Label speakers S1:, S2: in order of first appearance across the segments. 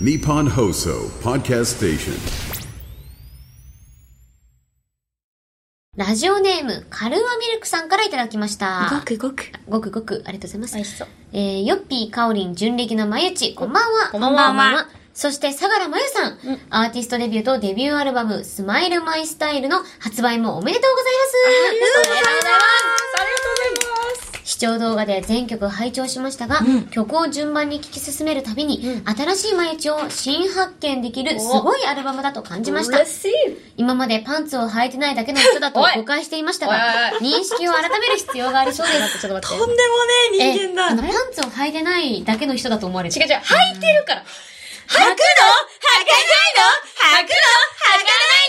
S1: Nippon Hoso Podcast Station.
S2: ラジオネーム、カルーアミルクさんからいただきました。
S3: ごくごく。
S2: ごくごく、ありがとうございます。
S3: 美味しそう。
S2: えー、よっぴーかおりん、純歴のまゆち、こんばんは。
S3: こんばんは
S2: そして、相良まゆさん,、アーティストデビューとデビューアルバム、スマイルマイスタイルの発売もおめでとうございます。視聴動画で全曲拝聴しましたが、曲を順番に聴き進めるたびに、新しいまゆちを新発見できるすごいアルバムだと感じました。
S3: 嬉しい。
S2: 今までパンツを履いてないだけの人だと
S3: おい
S2: 誤解していましたが、認識を改める必要がありそうです。 ちょっと
S3: と
S2: 待
S3: んでもね
S2: え
S3: え人
S2: あ
S3: 間
S2: の、
S3: だ。
S2: パンツを履いてないだけの人だと思われて
S3: 違う違う、履いてるから。履くの履かないの履くの履かないの履いてるん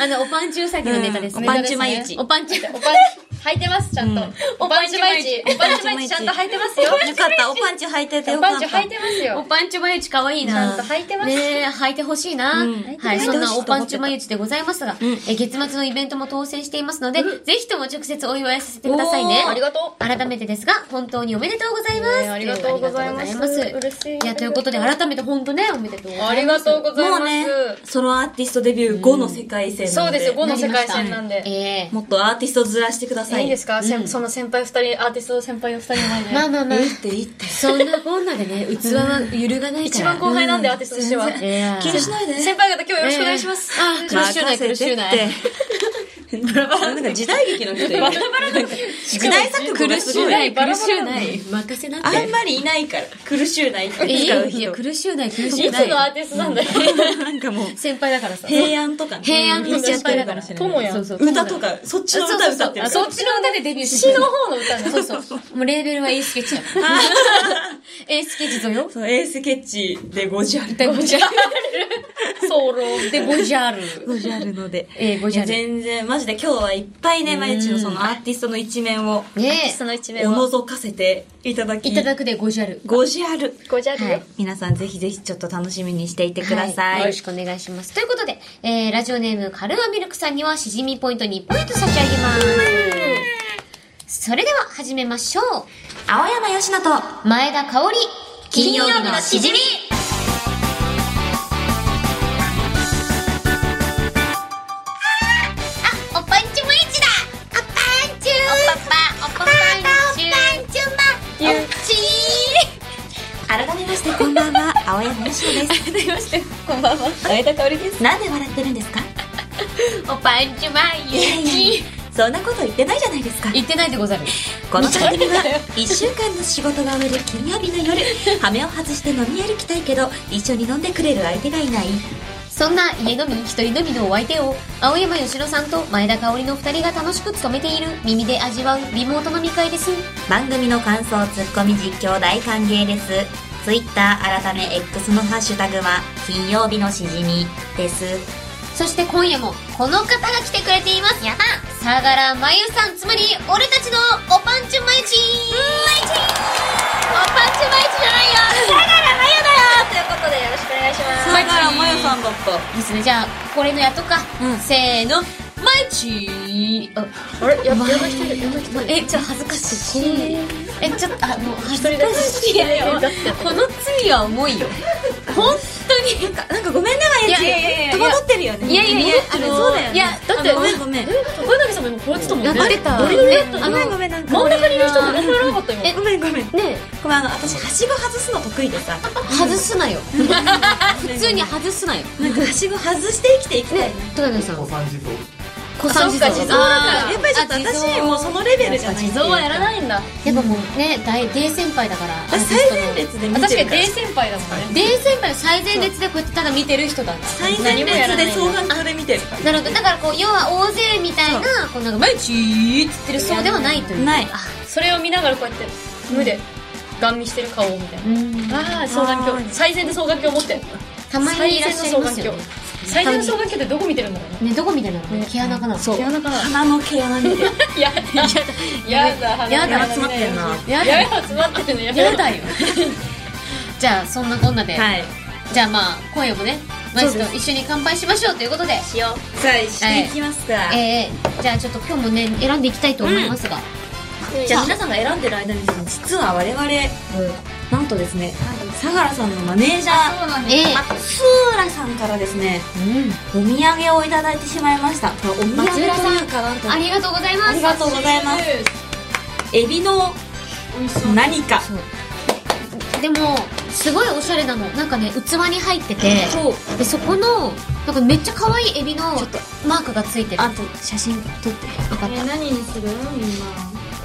S2: あの、おパンチゅうさぎのネタです
S3: うん
S2: ね。
S3: おぱんちゅまゆち
S2: おぱんちゅ。
S3: ですけどおパンチ、履いてます、ちゃんと。おパンチ毎日、おパンチ毎日ちゃんと履いてますよ。
S4: よかった、おパンチ履いてて
S3: お
S4: よか
S3: パ
S4: っ
S3: ン
S4: た。
S3: チ履いてます
S2: お
S3: よ。
S2: ぱんちゅまゆちかわいいな。
S3: ちゃんと履いてます。
S2: ねえ、履いてほしいな。
S4: うん
S2: はい、
S4: 履いてほしい
S2: そん
S4: と
S2: な
S4: 思
S2: お
S4: ってた
S2: パンチゅまゆちでございますが、え月末のイベントも当選していますので、ぜひとも直接お祝いさせてくださいね
S3: おー。ありがとう。
S2: 改めてですが、本当におめでとうございます。
S3: ねありがとうございます
S2: ありがとうございます
S3: 嬉しい
S2: いや、ということで、改めて本当ね、おめでとうございます。
S3: ありがとうござい
S4: も
S3: ま
S4: うね
S3: す、。
S4: ソロアーティストデビュー5の世界線な
S3: そ
S4: の
S3: うで
S4: で。
S3: すよ、5の世界線なんで。
S2: ええ
S4: もっとアーティストずらしてください。
S3: いいですか、せんその先輩二人、アーティストの先輩の二人の前で。
S2: まあまあまあ
S4: い。いっていいって。
S2: そんなこんなでね、器は揺るがないか
S3: 一
S2: ら。
S3: 番後輩なんで、アーティストとして
S2: い
S3: は。
S2: や
S4: 気にしないで。
S3: 先輩方今日よろしくお願いします。
S2: あー、苦しゅうない、苦しゅうない。
S4: い。バラバ ラ。なんか時代劇の人いる。時代錯誤
S2: 苦
S4: がす
S2: しゅ
S4: ご
S2: うない、
S4: い。
S2: 苦しゅうない。任せなっ
S4: あん
S2: て。
S4: まりいないから。苦しゅうないって
S2: い
S4: 使う
S2: い
S4: 人
S2: よ、。苦しゅうない、苦しゅ
S3: いう
S2: な
S3: つのア
S2: い。
S3: ーティストなんだよ。
S4: なんかもう、
S2: 先輩だからさ。
S4: 平安とかね。
S2: 平安の先輩だから。
S3: 友やん
S2: そうそう
S4: 歌とか、そっちの歌歌ってる
S2: あ
S4: から
S2: そっちの歌でデビューして
S3: 詩
S2: る
S3: の方の歌ね。
S2: そうそう。もうレーベルは A スケッチだ。A スケッチぞよ。
S4: そう。エースケッチで50ある。
S2: で、ゴジャ
S3: ソロ。
S2: ル。で、ゴジャル。
S4: 50あるので。
S2: えー、ゴ
S4: い
S2: ジ
S4: や
S2: ャル。
S4: 全然マジで今日はいっぱいねまゆちのそのアーティストの一面を
S2: ね
S3: その一面
S4: おの
S3: を。
S4: ぞかせていただき
S2: いただくでゴジャル。
S4: ゴジある
S3: ごじゃる
S2: はい
S3: よ。
S4: 皆さんぜひぜひちょっと楽しみにしていてくださ、
S2: はいよろしくお願いします。ということで、えー、ラジオネーム、カルーアミルクさんには、しじみポイント2ポイント差し上げます。それでは、始めましょ
S4: 青山佳乃と
S2: う。前田香織、金曜日のしじみあ、おぱんちゅもいちだおぱんちゅおぱぱ、おぱぱんちゅおぱんちゅま、おっち
S4: 改めましてこんばんは青山佳乃です
S3: 出てきまして、こんばんは。前田香織です。
S4: なんで笑ってるんですか
S2: ーおぱんちゅま
S4: いや
S2: ゆ
S4: いや
S2: ち
S4: そんなこと言ってないじゃないですか
S2: 言ってないでござる。
S4: この番組は1週間の仕事が終わる金曜日の夜羽目を外して飲み歩きたいけど一緒に飲んでくれる相手がいない
S2: そんな家飲み一人飲みのお相手を青山佳乃さんと前田香織の2人が楽しく務めている耳で味わうリモート飲み会です
S4: 番組の感想ツッコミ実況大歓迎ですツイッター改め X のハッシュタグは金曜日のしじみです
S2: そして今夜もこの方が来てくれていますやだ相良真由さんつまり俺たちのおパンチュマイチマイチおパンチュマイチじゃないよ
S3: ということでよろしくお願いします。
S4: 相良真由さんだった
S2: ですねじゃあこれのやっとくか、
S4: うん
S2: せーのマイチあ
S3: あれやばい。やばい人いる。やばい人いる。
S2: えちょっと恥ずかしいえちょっとあもう恥ず
S3: 一人だ
S2: か
S3: け
S2: しいよ
S3: だって
S2: この罪は重 いよ本当に
S4: なんかごめんね
S2: い
S4: 真由
S2: や
S4: ち
S2: いやいやいや
S4: 戸惑ってるよね
S2: いやいやいや、あの、
S4: そうだよね
S2: いや、
S3: だって
S2: あの
S4: ごめんごめん
S3: え、高柳さんも今これつともんね。
S2: やってた。
S3: どれぐらいやった
S2: え
S3: の
S2: あ
S4: ご
S2: の
S4: めんごめんなんか
S3: 真ん中にいる人
S2: あ
S3: 誰もいなかったよ。
S2: え
S4: ごめんごめんごめん
S2: ね
S4: ごめんあの私はしご外すの得意でさ
S2: 外すな よ。普通に外すなよ。
S4: なんかはしご外して生きていきたい
S2: ね
S4: な、
S2: 高谷さん。
S5: 三時と
S2: 小三
S3: そっか地蔵だから
S2: あー
S4: やっぱりちょっと
S2: あ地
S4: 私
S2: 蔵
S4: もうそのレベルじゃない
S3: 地蔵はやらないんだ。
S2: やっぱもうね、大、大先輩だから。
S4: 私最前列で見
S3: 確か
S4: て
S3: に
S4: るから
S3: 大先輩だもんね。
S2: 大先輩の最前列でこうやってただ見てる人だ
S4: 最前列で双眼鏡で見てるから
S2: なるほど。だからこう、要は大勢みたいな、こうなんか、毎日ーって言ってるそうではないという。
S4: ない
S2: あ、
S3: それを見ながらこうやって無でガン見してる顔みたいな。
S2: うん。
S3: ああ双眼
S4: あ
S3: 鏡
S4: ー
S3: 最前で双眼鏡持って
S2: たまにいらっしゃいますよね。
S3: 最前の双眼鏡ってどこ見てるんだろうね
S2: ね、どこ見てるのかな毛穴かな
S3: 毛穴かな
S4: 鼻の毛穴見てる
S3: やだやだ
S2: やだ
S3: 鼻の
S4: 集まってんな
S3: や
S2: や
S3: だ
S2: だ
S3: 詰まってるのやめろ
S2: やだよ じゃあそんなこんなで、
S4: はい
S2: じゃあまあ今夜もねマイス
S4: そう
S2: と
S4: で
S2: 一
S4: す
S2: 緒に乾杯しましょうということで
S3: しよ
S4: さあしていきますか、
S2: えー、じゃあちょっと今日もね選んでいきたいと思いますが、
S4: じゃあ皆さんが選んでる間にですね実は我々、なんとですね相良さんのマネージャー
S3: そうなんです。
S2: ええ
S4: 松浦さんからですね
S2: う
S4: お土産をいただいてしまいましたこれお土産というかなん
S2: ん。あ
S4: か
S2: りがとうございます。
S4: ありがとうございますエビの
S3: 美味しそう。
S4: 何か
S2: でも、すごいおしゃれなの。なんかね、器に入ってて、
S4: そう
S2: で、そこの、なんかめっちゃ可愛いエビの
S4: ちょっと
S2: マークがついてる。
S4: あと写真撮って
S2: よかっ
S3: え
S2: た。
S3: 何にするみんな。い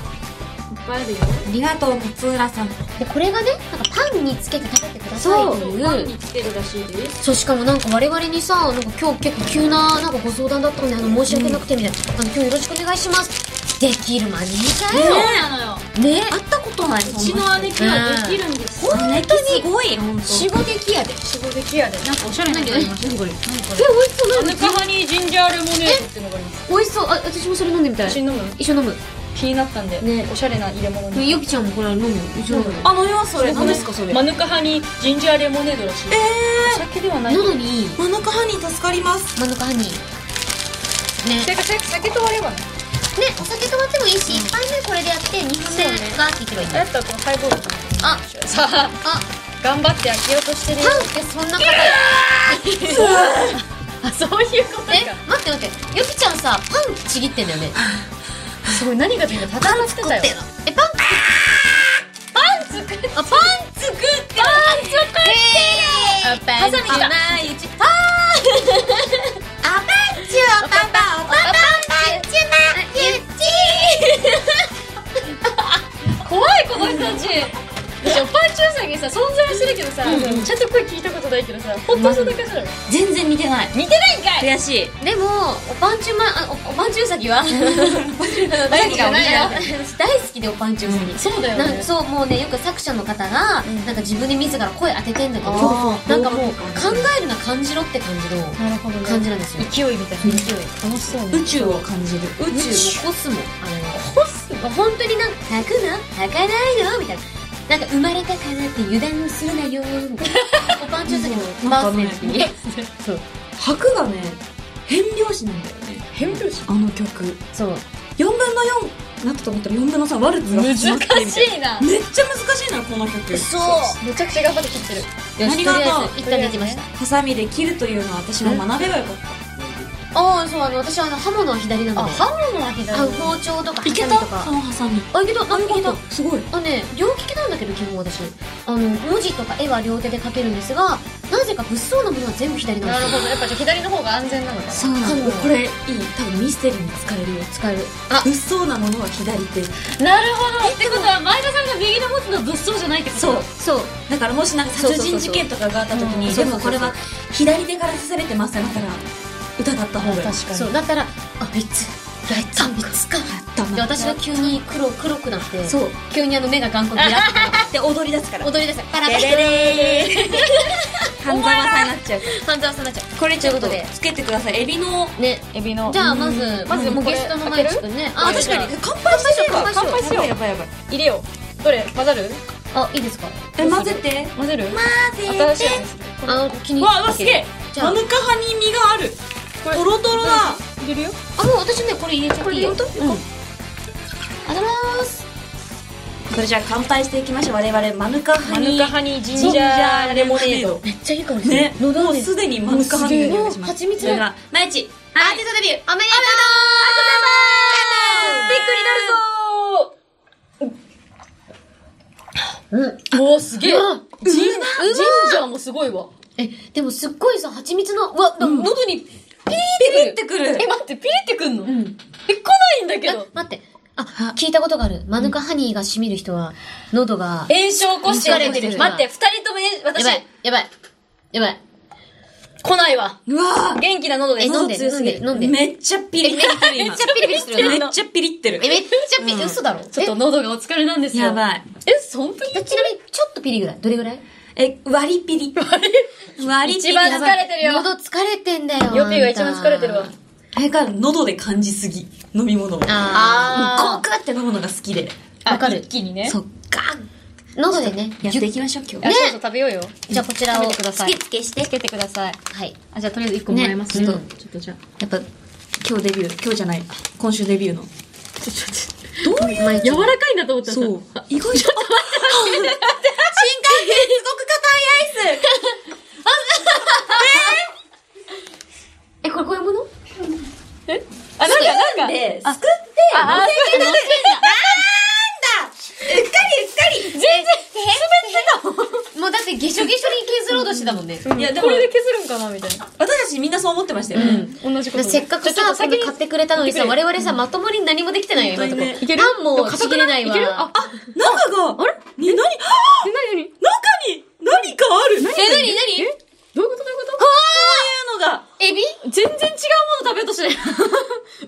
S3: っぱいあるよ。
S4: ありがとう松浦さん
S2: で、これがね、なんかパンにつけて食べてください
S4: そ
S2: っ
S4: う
S2: て
S3: そ、
S2: いうう。
S3: パンに来てるらしいです。
S2: そうしかもなんか我々にさなんか今日結構急ななんかご相談だったんであの申し訳なくてみたいな、あの今日よろしくお願いしますできるマネージャーよ
S3: なのよ。
S2: ね
S4: 会ったことないう
S3: ちの姉貴はできるんです。
S4: 本当にすごい本
S2: 死後出来やで
S3: 仕事できやで。なんかおしゃれなのがあります。何これ何こ
S2: え美味しそう
S3: れ。
S2: 何
S3: ぬかはにジンジャーレモネードってのがあります。
S2: 美味しそうあ私もそれ飲んでみた
S3: 一緒
S2: い
S3: に飲む
S2: 一緒飲む
S3: 気になったんで。
S2: ね
S3: おしゃれな入れ物に。
S2: ゆきちゃんもこれ飲む一緒飲む
S4: あ飲みますそれ
S2: 何ですかそれ
S3: マヌカハニジンジャーレモネードらしい。
S4: え
S3: お酒ではない。
S2: 喉に
S4: ーマヌカハニー助かります
S2: マヌカハニーね
S3: せっかく酒と割ればね。
S2: ねお酒止まってもいいし1杯目これでやって2杯
S3: そう
S2: 目
S3: ね
S2: ガーっていけばいいんだ
S3: あやったらこのハイボールとか
S2: あ
S3: さあ、
S2: あ
S3: 頑張って開けようとして る
S2: パンってそんな硬い
S3: あ、そういうこと
S2: え待って待ってよきちゃんさパンちぎってんだよね
S3: すごい、何が出てるたたまってたよ。
S2: えパン
S3: 作
S2: あパン作っ
S3: って
S2: てパン作って
S3: パンチュ
S2: ないちパンあパンチュパパおパパパンチュなゆち
S3: 怖い、この人たち。私おパンチューさんにさ、存在はしてるけどさ、ちゃんと声聞いたことないけどさ、ほっとしただけじゃない。
S4: 全然似てない
S3: 似てないんか
S4: 悔しい
S2: でもおパンチュまあおおパンチュウサギは
S3: 大好きじゃないよ
S2: 私大好きでおパンチュウサギ
S3: そうだよ
S2: なん
S3: ね。
S2: そうもうねよく作者の方が、なんか自分で自ら声当ててんだけど
S4: あー
S2: なんかもう
S4: どう
S2: 考
S4: 考
S2: えるな感じろって感じの
S3: なるほどね
S2: 感じなんですよ
S3: 勢いみたいな。
S2: 勢い楽しそうね
S4: 宇宙を感じる
S2: 宇宙もコスモあれは
S3: 干すの
S2: 本当になんか炊くな炊かないのみたいななんか生まれたからって油断するなよみ たいなおパンチュー先も
S4: な
S2: バ
S4: んかね
S2: ースにそう
S4: 拍がね変拍子なんだよね
S3: 変拍子
S4: あの曲
S2: そう
S4: 4分の4なったと思ったら4分の3ワルツが始まってみたい
S3: いな
S4: なめっちゃ難しいなこの曲
S2: そう
S3: めちゃくちゃ頑張って切ってる。
S2: よ
S4: あり
S2: しとり
S4: がと
S2: あ
S4: う
S2: えず一旦できました
S4: ハサミで切るというのは私も学べばよかっ
S2: ああそうあの私はあの刃物は左なのであ
S3: モの脇
S2: あ包丁とか
S4: た
S2: ハサミとかあい
S4: そのハサミ
S2: けたなんかいけた
S4: すごい
S2: あのね両利きなんだけど基本私あの文字とか絵は両手で描けるんですがなぜか物騒なものは全部左なんで
S3: な
S2: す
S3: る
S2: よ
S3: ほど。やっぱじゃあ左の方が安全なのかな。
S4: そうな
S2: か
S4: の
S2: も
S4: これいい多分ミステリーに使えるよ
S2: 使えるあ
S4: 物騒なものは左手
S3: なるほどってことは前田さんが右で持つのは物騒じゃないってこと
S4: そ
S2: そう
S4: うだからもしなんか殺人事件とかがあった時に
S2: そう
S4: で
S2: そうそう
S4: もこれは左手から刺されてますってなったら疑った方が
S3: 確かに
S2: そうだったらあいつライトンつか
S4: ダメ
S2: で私は急に黒黒くなって
S4: そう
S2: 急にあの目が眼光ギラッ
S4: で踊り出すから
S2: と踊り出したパラパ
S4: デ
S2: ラ
S4: レレー半沢さんになっちゃう
S2: 半沢さんになっちゃ
S4: これちょっ
S2: と
S4: と
S2: いうことで
S4: つけてくださいエビの
S2: うね
S3: エビの
S2: じゃあまずまずもう
S3: こ
S2: ゲ
S3: れ
S2: ストの前地君ねあ
S4: 確かに乾杯しようか
S2: 乾杯
S3: しよう
S4: やばいやばいや
S3: 入れようどれ混ざる
S2: あいいですか
S4: ばいえ混ぜて
S3: 混ぜる
S4: 混
S3: 新しいやつ
S2: あ気に
S4: わうわすげえ
S2: じゃあ
S4: マ
S2: あ
S4: ヌカハニ身がある
S3: これ
S4: トロトロだ
S3: 入れるよ
S2: もう私ねこれ入れちゃっていいよ
S4: 当うん
S2: あざます
S4: それじゃあ乾杯していきましょう我々マヌカハ
S3: マ
S4: ニ
S3: ヌカハニージンジャーレモネード
S2: めっちゃいい香りする
S4: ねもうすでにマヌカハニの匂いがしま
S2: もう
S4: す
S2: 蜂蜜だ
S4: それではナイチアーティストデビュー
S2: おめで
S4: びっくり
S2: とううん
S3: びっくりなるぞーおーすげえ
S2: うん
S3: ジンジンジャーもすごいわ
S2: えでもすっごいさ蜂蜜のうわな喉に
S4: なるピリってくる
S3: え待ってピリってくんの
S2: ん
S3: え来ないんだけ
S2: え
S3: ど
S2: 待ってあ聞いたことがあるマヌカハニーが染みる人は喉が
S3: 炎症起こして
S2: 疲れてる
S3: 待って二人ともえ
S2: や
S3: 私
S2: ばいやばいやばい
S3: 来ないわ
S4: うわ
S3: 元気な喉で
S2: え
S3: す
S2: 飲んで
S4: 強すぎる
S2: 飲んで飲んで
S4: めっちゃピリってくる今
S2: めっちゃピリピリするよ
S4: め
S2: な
S4: っちゃピリってる
S2: えめっちゃピリ、嘘だろ
S3: ちょっと喉がお疲れなんですよ
S4: やばい
S3: え本当に
S2: えちなみにちょっとピリぐらいどれぐらい
S4: え割りピリ割りピリ
S3: 一番疲れてるよ
S2: 喉疲れてんだよ
S3: ヨピーが一番疲れてるわ
S4: あれから喉で感じすぎ飲み物を
S2: あ
S4: ゴクって飲むのが好きで
S2: あわか
S3: あ
S2: る
S3: 一気にね
S4: そっか
S2: 喉でね
S4: やっていきましょう今
S3: あ
S4: 日
S3: そうそう食べようよ
S2: じゃあこちらを
S3: 食べてください
S2: つけつけして
S3: つけてください
S2: はい
S3: あじゃあとりあえず1個
S4: ね
S3: もらいます
S4: ち
S3: ね
S4: ょっと
S3: ちょっとじゃあ
S4: やっぱ今日デビュー今日じゃない今週デビューの
S3: ちょっと
S5: どういう
S2: マイチ
S3: 柔
S2: ン
S3: らかいんだと思ったんです
S5: そ
S3: よ
S5: う。意外と。
S4: すごく硬いアイス
S2: え、これこういうもの
S3: あ、なんか、なんか。
S4: で、すく
S3: あ
S4: って、
S3: あ、あ、そういうの
S4: うっかりうっかり
S2: 全然、滑ってたもうだってゲショゲショに削ろうとしてたも んね。
S3: うん
S5: いやでも
S3: これで削るんかなみたいな。
S5: 私たちみんなそう思ってましたよ。
S3: 同じこと。
S2: せっかく
S3: じゃあ
S2: さ、その買ってくれたのにさ、
S3: 言ってく
S2: 我
S3: れ
S2: 々さ、まともに何もできてないよ、今のとこ
S5: 本当に
S3: いける
S2: パンもち
S3: 硬
S2: ぎ
S3: く
S2: れ
S3: な
S2: ないいわ。
S3: いけるあ、
S5: 中が、あれに、何、あ
S3: え、なになに
S5: 中に何かある何
S2: え、なになに
S3: えどういうことどういうこ
S5: そういうのが、
S2: エビ
S3: と全然違うもの食べよ うとしてない。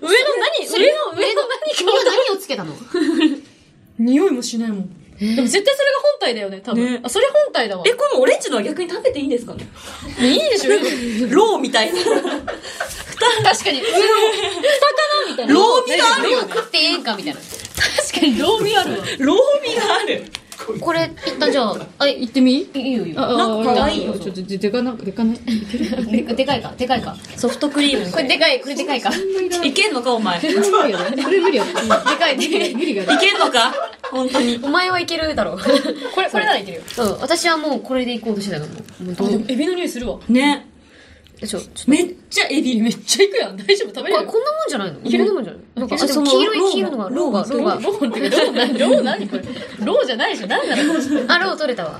S3: 上の何上の、上の
S2: 君は何をつけたの
S5: 匂いもしないもん。
S3: でも絶対それが本体だよね、多分
S5: ね。
S3: あ、それ本体だわ。
S5: え、これもうオレンジのは逆に食べていいんですかね
S3: え、 いいでしょ上の
S5: ローみ たいな。
S3: 確かに、上の、蓋かなみたいな。
S5: ローミがあるよね。
S2: 食ってええんかみたいな。
S3: 確かに、ローミあるわ。
S5: ローミがある。
S2: これ、一旦じゃあ、あ、い
S3: 行ってみ
S2: いよいいよ。
S5: なんか可愛いよ
S3: ちょっと、ででかなんか、でかない。
S2: ででかいか、でかいか。
S5: ソフトクリーム。
S2: これでかい、これでかいか。で
S5: いけんのか、お前。い
S3: 無理よ ね。これ無理よ。
S2: かいで。
S3: 無理が
S5: けんのか本当に。
S2: お前はいけるだろ う。
S3: これ、これならいけるよ。
S2: うん、私はもうこれで行こうとしてたからもう。もうどう
S3: エビの匂いするわ。
S5: ね。
S2: ちょ、ちょっと。
S5: めっちゃエビ。
S3: めっちゃいくやん。大丈夫食べ
S2: こ
S3: れ
S2: れ
S3: る
S2: こんなもんじゃないのいけるもんじゃないなんか、あ
S5: いける
S2: でも黄色い、黄色いのが、ロー
S5: ロー
S2: が、
S5: が
S2: ローが。
S3: ローってローなロー何これローじゃないでしょ何なの
S2: あ、ロー取れたわ。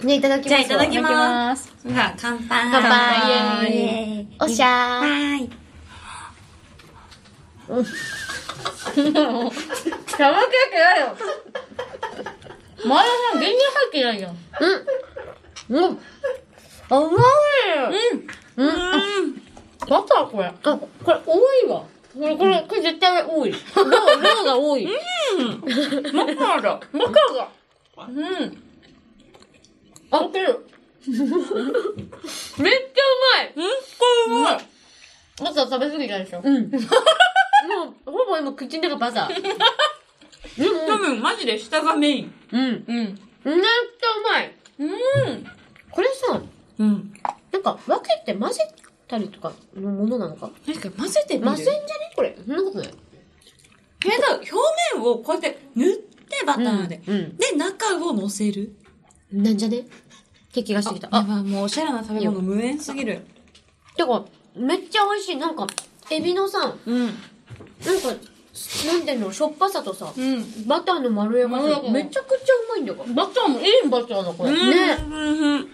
S2: ね、いただきます
S4: じゃ
S2: わ。
S4: あいただきますす。さあ、乾杯。
S2: 乾
S3: 杯
S4: イエーイ
S2: おしゃー。
S4: はい。
S3: やばくないよ前田さん全然入ってないじゃん
S2: うん。うん。甘い
S3: バターこれ
S2: あ、
S3: これ多いわ
S2: これ、これ、これ絶対多い。ロー、ローが多い。
S5: マ
S3: バカ
S5: カだ。
S3: がうん合ってるめっちゃうまい
S5: うんこれうまい。
S3: バター食べ過ぎたでしょ
S2: うん。もう、ほぼ今口の中バター。
S5: 多分、マジで下がメイン。
S2: うん。
S5: うん。
S2: めっちゃうまい。
S5: うん。
S2: これさ、
S5: うん。
S2: なんか分けて混ぜたりとかのものなのか
S5: 確かに混ぜてみる。
S2: 混ぜんじゃねこれ。そんなことない。
S5: けど、表面をこうやって塗ってバターで。
S2: うん。
S5: で、中を乗せる。
S2: なんじゃねって気がしてきた。あ、
S5: ばいもうおしゃれな食べ物無縁すぎる。
S2: てか、めっちゃ美味しい。なんか、エビのさ、なんか、
S5: うん。
S2: なんていうの、しょっぱさとさ、
S5: うん。
S2: バターのまろやか
S3: まろや
S2: さ
S3: か、な
S2: めちゃくちゃうまいんだから。
S3: バターもいいバターだこれ
S2: ね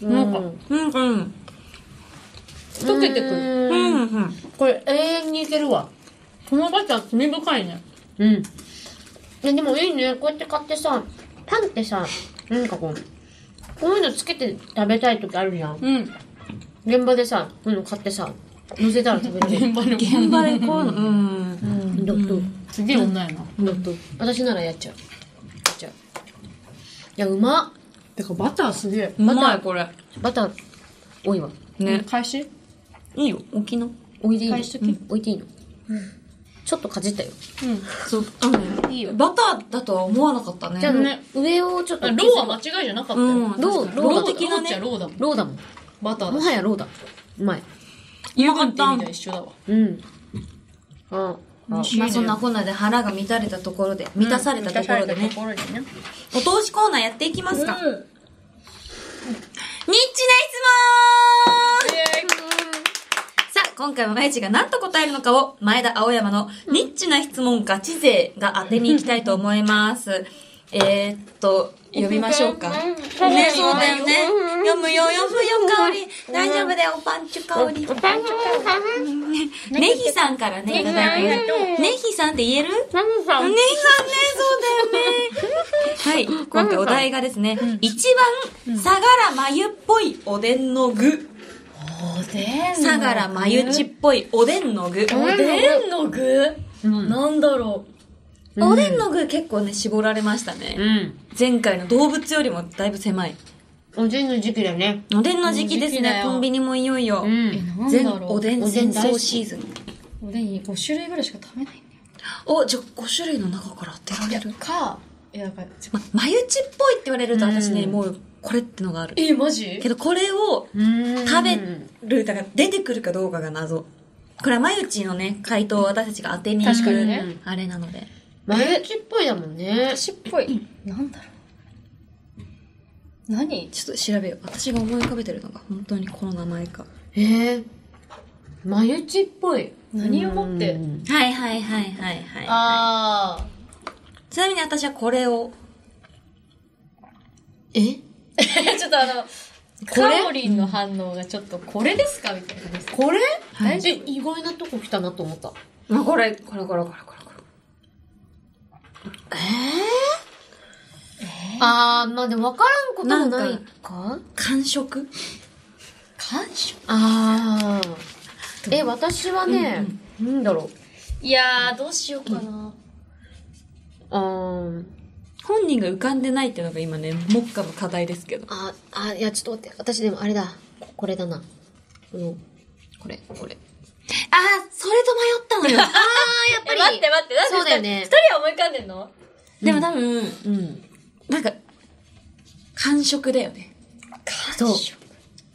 S5: うん。
S2: なんか、
S5: うん。うん。
S3: 溶けてくる
S5: う
S2: うん。
S5: ん。うん。
S2: これ永遠にいけるわ。
S3: このバター罪深いね
S2: うん。え、でもいいね。こうやって買ってさ、パンってさ、なんかこう、こういうのつけて食べたい時あるじゃん。
S3: うん
S2: 現場でさ、こういうの買ってさ、乗せたら食べれる。
S3: 現場に
S5: 現場でこういうの、うん。
S2: ドット、
S3: すげえ女やな
S2: ドット。私ならやっちゃう。やっちゃう。いや、うま
S3: てかバターすげえ
S5: うまい、これ。
S2: っバター、多いわ。
S5: ね。
S3: 開始
S5: いいよ、置きの。
S2: 置いていいの
S5: 返しとき
S2: うん置いていいの、ちょっとかじったよ。
S3: うん
S5: そう、あの、いいよ。バターだとは思わなかったね。
S2: じゃあ、
S3: ね
S2: 上をちょっと
S3: あ
S2: 削
S3: ロ
S2: る。
S3: ーは間違いじゃなかったよ。
S5: うん。
S2: ローロー
S5: ー的
S3: ロ
S5: な
S3: ーっちゃ
S5: ね。
S3: ローだもん。
S2: ローだもん。
S3: バター
S2: も
S3: だし。
S2: はやローだ。うまい。
S5: 油
S3: パン
S5: 分
S3: って意
S5: 担
S3: 味と一緒だわ。
S2: うん。あ、あ
S5: まあそんなこんなで腹が満たれたところで、満たされたところでね。
S3: ころでね。
S5: お通しコーナーやっていきますか。ニッチな質問さあ、今回もまゆちが何と答えるのかを、前田青山のニッチな質問ガチ勢が当てに行きたいと思います。えーっと、呼びましょうか。ね、そうだよね。読むよ、読むよ、香り。大丈夫だよ、おパンチュ香り。ねひさんからね、いただいてますねひさんって言える
S2: 何さ
S5: ねえさんね、そうだよね。はい、今回お題がですね、一番、相良真由っぽいおでんの具。
S3: おでん。
S5: 相良真由ちっぽいおでんの具。
S3: おでんの具
S2: うん
S3: なんだろ
S5: おでんの具結構ね、絞られましたね。
S2: うん。
S5: 前回の動物よりもだいぶ狭い。
S2: おじいの時期だね。
S5: おでんの時期です
S3: もう時期だ
S5: ね、
S3: よ
S5: コンビニもいよいよ
S2: う。
S3: う。え、
S2: ん。
S3: なん
S5: 全
S3: だろう。
S5: おでん
S2: おでん
S5: 戦
S2: 大好き
S5: 争シーズン。
S3: おでんに5種類ぐらいしか食べないんだ
S5: お、じゃあ5種類の中から当てられ
S3: よ
S5: る。。
S3: か、いや、なんか、
S5: ま、真由ちっぽいって言われると私ね、
S2: うん
S5: もうこれってのがある。
S3: え、マジ
S5: けどこれを
S2: うん
S5: 食べる、だから出てくるかどうかが謎。これはまゆちのね、回答を私たちが当てに行
S3: 確かにね
S5: くあれなので。
S2: 眉毛っぽいだもんね。
S3: 私っぽい。なんだろう。何ちょっと調べよう。私が思い浮かべてるのが本当にこの名前か。
S2: ええ眉内っぽい。
S3: 何をもって
S2: うん
S5: はいはいはいはいはい。
S2: あ
S5: ちなみに私はこれを。
S2: ー。え
S3: ちょっとあの、
S2: これ
S3: カモリンの反応がちょっとこれですかみたいな感じです。
S2: これ、
S3: はい
S2: え意外なとこ来たなと思った。
S5: まあ、これ、これこれこれこれこ
S2: ええああ、まあでも分からんこともないか
S5: れ。感触
S3: 感触
S2: ああ。え、私はね、なんだろ
S3: いやー、どうしようかな。
S2: う。あー
S5: 本人が浮かんでないっていうのが今ね、目下の課題ですけど。
S2: あ、あ、いや、ちょっと待って。私でもあれだ。ここれだな。この、これ、これ。
S5: ああ、それと迷ったのよ。
S2: ああ、やっぱ
S3: え、
S2: り。
S3: 待って待って、なんで
S2: そうだよね
S3: 二人二人は思い浮かんでんの
S5: でも多分、
S2: うん。
S5: なんか、感触だよね。
S2: そう。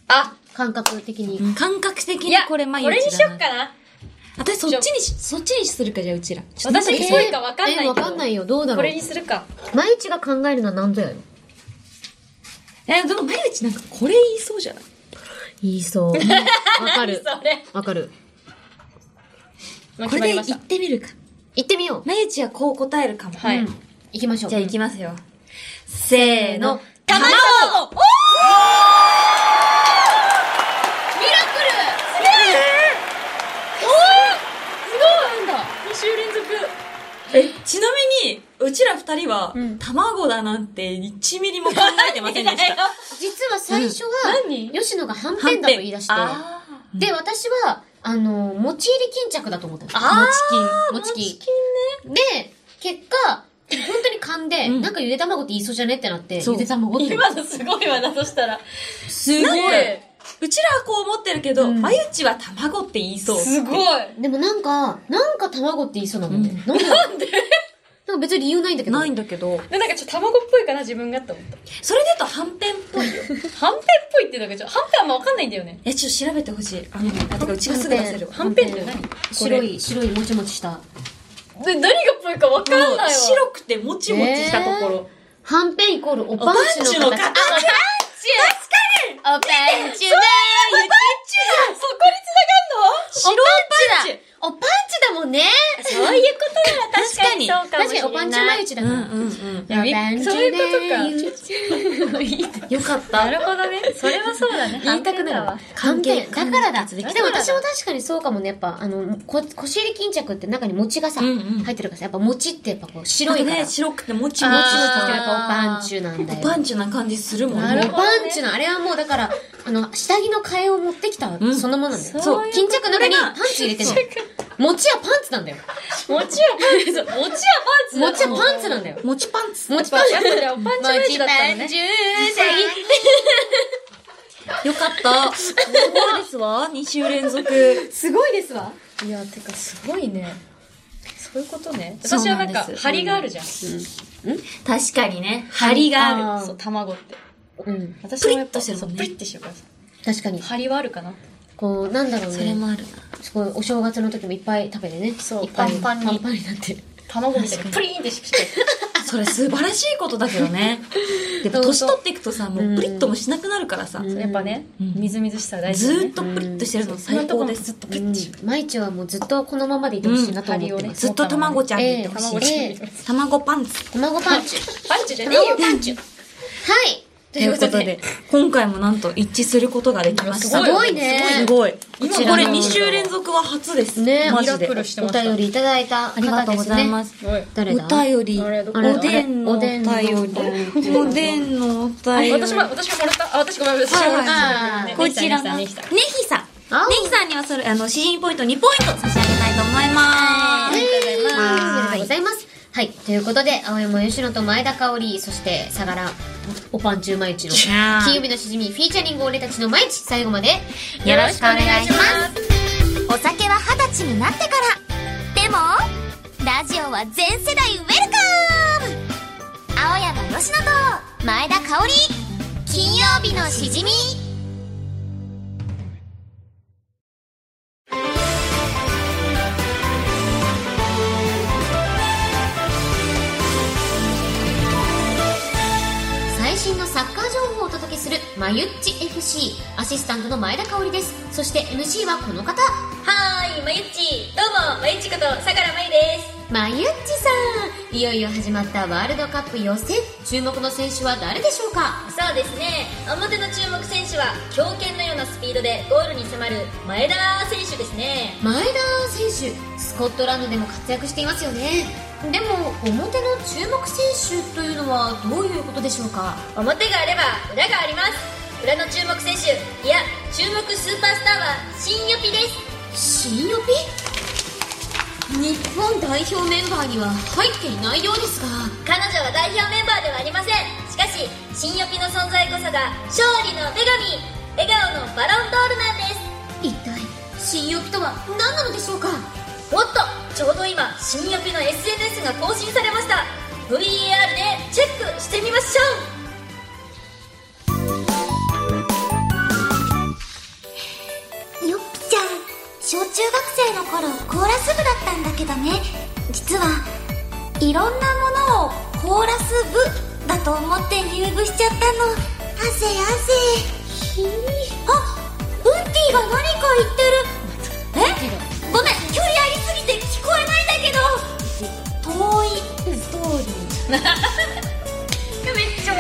S3: あ、
S2: 感覚的に。
S5: 感覚的
S3: い
S5: に
S3: や、
S5: こ
S3: こ
S5: れ
S3: れ
S5: 眉
S3: に
S5: 内
S3: しよ
S5: だ
S3: っ
S5: な。
S3: かな。
S5: 私そっちにし、そっちにするかじゃあうちら。ちょっと
S3: 私っぽいかわかんないけ
S2: え、
S3: ど。
S2: わかんないよ。どうだ
S3: こ
S2: ろう
S3: れ。にするか。
S2: 毎日が考えるのは何ぞやよ。
S5: えー、でも眉内なんかこれ言いそうじゃない
S2: 言いそう。わかる。
S3: それ。
S2: わかる。
S3: まあ決
S5: こ
S3: ま
S5: れで
S3: り
S5: 言
S3: ました
S5: っ。てみるか。
S2: 行ってみよう。
S5: 眉内はこう答えるかも。
S3: はい。
S2: 行きましょう。
S5: じゃあ行きますよ。せーの。
S3: 卵
S5: 卵
S3: ミラクルすげえおおすごいなんだ !2 週連続
S5: え、ちなみに、うちら二人は、
S3: うん
S5: 卵だなんて1ミリも考えてませんでし た。
S2: 実は最初は、
S3: うん何
S2: 吉野がはんぺんだと言い出して、
S5: あー
S2: で、私は、あの、持ち入り巾着だと思ったの。
S5: あー
S2: 餅巾
S5: 餅巾
S2: で、結果、本当に噛んで、
S5: うん
S2: なんかゆで卵って言いそうじゃねってなって、
S5: そう
S2: ゆで卵って。
S3: 今のすごいわな、そしたら。
S5: すごい
S3: なんで
S5: うちらはこう思ってるけど、
S2: うん
S5: まゆちは卵って言いそう。
S3: すごい
S2: でもなんか、なんか卵って言いそうなんだよね。なんでなんか別に理由ないんだけど。
S5: ないんだけど、
S3: でなんかちょっと卵っぽいかな、自分がって思った。
S5: それで言うとはんぺんっぽいよ。
S3: はんぺんっぽいってなんかちょっと、はんぺんあんまわかんないんだよね。
S5: え、ちょっと調べてほしい。あの、あてかうちがすぐ出せる。
S3: はんぺんって何
S2: 白い、白いもちもちした。
S3: で、何がっぽいかわかんない
S5: も
S3: わ。
S5: う白くてもちもちしたところ。
S2: はんぺんイコールお
S5: おパ
S2: パ
S5: ン
S2: ン
S5: チ
S2: チ
S5: の
S2: の
S5: 形。
S2: 形。
S5: 確
S2: おパンチだ
S5: かにおパンチだそこに
S2: おパ
S5: 繋
S2: ン
S5: がんの白いパン
S2: チ
S5: チ
S2: だおパンチだもんね
S3: そういうことだ、
S5: 確かに
S3: そうかも
S2: 確
S3: し
S2: かに
S3: れない。
S2: おパンチ眉
S3: チ
S2: 内だから。
S5: うんうんうん。
S2: おパンチだ
S3: そういう
S2: こ
S5: よかった。
S3: なるほどね。それはそうだ ね。
S2: 言いたくなるわ。関係。だからだ。でも私も確かにそうかもね。やっぱ、あの、こ腰入り巾着って中に餅がさ、
S5: うんうん
S2: 入ってるからさ、やっぱ餅ってやっぱこう白
S5: 白
S2: い
S5: い
S2: から。
S5: ね、
S2: 餅
S5: 白くてもちもち
S2: 餅
S5: し
S2: の
S5: た
S2: 時
S5: と
S2: は
S5: こ
S2: やっぱおパンチなんだよ。
S5: おパンチな感じするもん
S3: なる
S2: お
S3: ほど
S2: パンチの、あれはもうだから、あの、下着の替えを持ってきた
S5: ん
S2: そのものなんだよ。
S5: そう
S2: そう。巾着の中に
S5: これ
S2: パ
S5: が
S2: ンチ入れてない。餅はパンツなんだよ。
S3: 餅はパンツだ。餅はパンツだ。
S2: 餅はパンツなんだよ。
S5: もちパンツ。
S2: 餅
S3: や
S2: パ
S3: っ
S2: ン
S3: ぱ
S2: ツ。
S3: りおパンチマイチだったのね。
S5: よかった。すごいですわ。2週連続。
S2: すごいですわ。
S3: いや、てかすごいね。そういうことね。
S5: そう
S3: 私はなん
S5: な
S3: か
S5: んで、す
S3: 張りがあるじゃん。
S5: 確かにね、張りがある。
S2: うん
S3: そう、卵って。
S2: うん。
S3: 私はやっぱ
S5: プリッとしてるもん
S3: そ
S5: ね
S3: うプリッてしてるからさ。
S2: 確かに。
S3: 張りはあるかな。
S2: こう、なんだろうね。
S5: それもある
S2: すごい、お正月の時もいっぱい食べてね。
S3: そう
S2: いっぱい
S3: パンパンに
S2: パンパンになってる。
S3: 卵みたいにプリーンってしてき て。
S5: な。それ素晴らしいことだけど ね。でも年取っていくとさ、もうプリッともしなくなるからさ、
S3: そうやっぱね、みずみずしさが大事
S5: ず
S3: だよ
S5: ー
S3: ね
S5: っ。とプリッとしてるの
S3: そんな
S5: 最
S3: とこも
S5: 高で
S3: ず
S5: す
S3: っ。とプリッてしてる。
S2: 毎日はもうずっとこのままでいてほしいなと思ってます。
S5: ずっと卵ちゃんでいてほし
S2: うん
S3: 卵
S5: い。
S3: ちゃんに
S2: え
S5: 卵パンツ。
S2: 卵パンチ。
S3: パンチじゃねえよ
S2: 卵。パンチ。はい。
S5: ということで、今回もなんと一致することができました。
S2: すごいね
S5: すごい。
S2: ごい
S5: 今これ2週連続は初です。
S2: ねえ
S5: マ
S3: ミ
S5: ジ
S3: ラク
S5: で
S3: ル。して
S2: お
S3: ました。
S2: 便りいただいた方です、
S5: あり
S2: ね。。
S5: がとうございますす。
S3: おい。
S2: 誰だ
S5: お便り。
S3: あれどこ
S5: おでんのお便り。
S2: あれお
S5: おでんのお
S3: あ
S5: 便り。
S3: 私も、私ももらった。あ、私ごめん、私もらっ
S2: は
S3: た
S2: い
S3: ね。
S5: こちら
S3: ね
S5: が、
S3: ね
S5: ね
S3: き
S5: ひ
S3: たね
S5: さん。
S3: き
S5: ねひさん
S2: あお
S5: にはそれ、あの、詩人ポイント2ポイント差し上げたいと思い
S2: あ
S5: ます。
S2: りがとう
S5: は
S2: ございます。はい。ということで、青山吉野と前田香織、そして、相良、おぱんちゅうまいちの、
S5: いやー
S2: 金曜日のしじみ、フィーチャリング俺たちの毎日、最後まで、
S5: いよろしくお願いします。
S6: お酒は二十歳になってからでもラジオは全世代ウェルカム青山佳乃と前田香織金曜日のしじみ
S5: 「
S2: まゆっち FC アシスタントの前田香織ですそして MC はこの方
S5: はーい、まゆっち。どうも、まゆっちこと、さからまゆです。
S2: まゆっちさんいよいよ始まったワールドカップ予選注目の選手は誰でしょうか
S5: そうですね、表の注目選手は、強肩のようなスピードでゴールに迫る前田選手ですね。
S2: 前田選手スコットランドでも活躍していますよねでも表の注目選手というのはどういうことでしょうか
S5: 表があれば裏があります裏の注目選手いや注目スーパースターは新予備です
S2: 新予備日本代表メンバーには入っていないようですが
S5: 彼女は代表メンバーではありませんしかし新予備の存在こそが勝利の女神笑顔のバロンドールなんです
S2: 一体新予備とは何なのでしょうか
S5: おっとちょうど今新予備の SNS が更新されました VAR でチェックしてみましょう
S6: よっぴちゃん小中学生の頃コーラス部だったんだけどね実はいろんなものをコーラス部だと思って入部しちゃったの汗汗ひあウンティが何か言ってるえごめん距離ありすぎて聞こえないんだけど遠いストーリーあ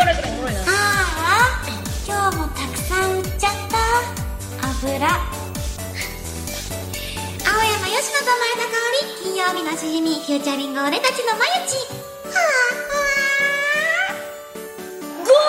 S6: あ今日もたくさん売っちゃった油青山佳乃と前田香織金曜日のしじみフューチャリング俺たちのまゆちはあはあ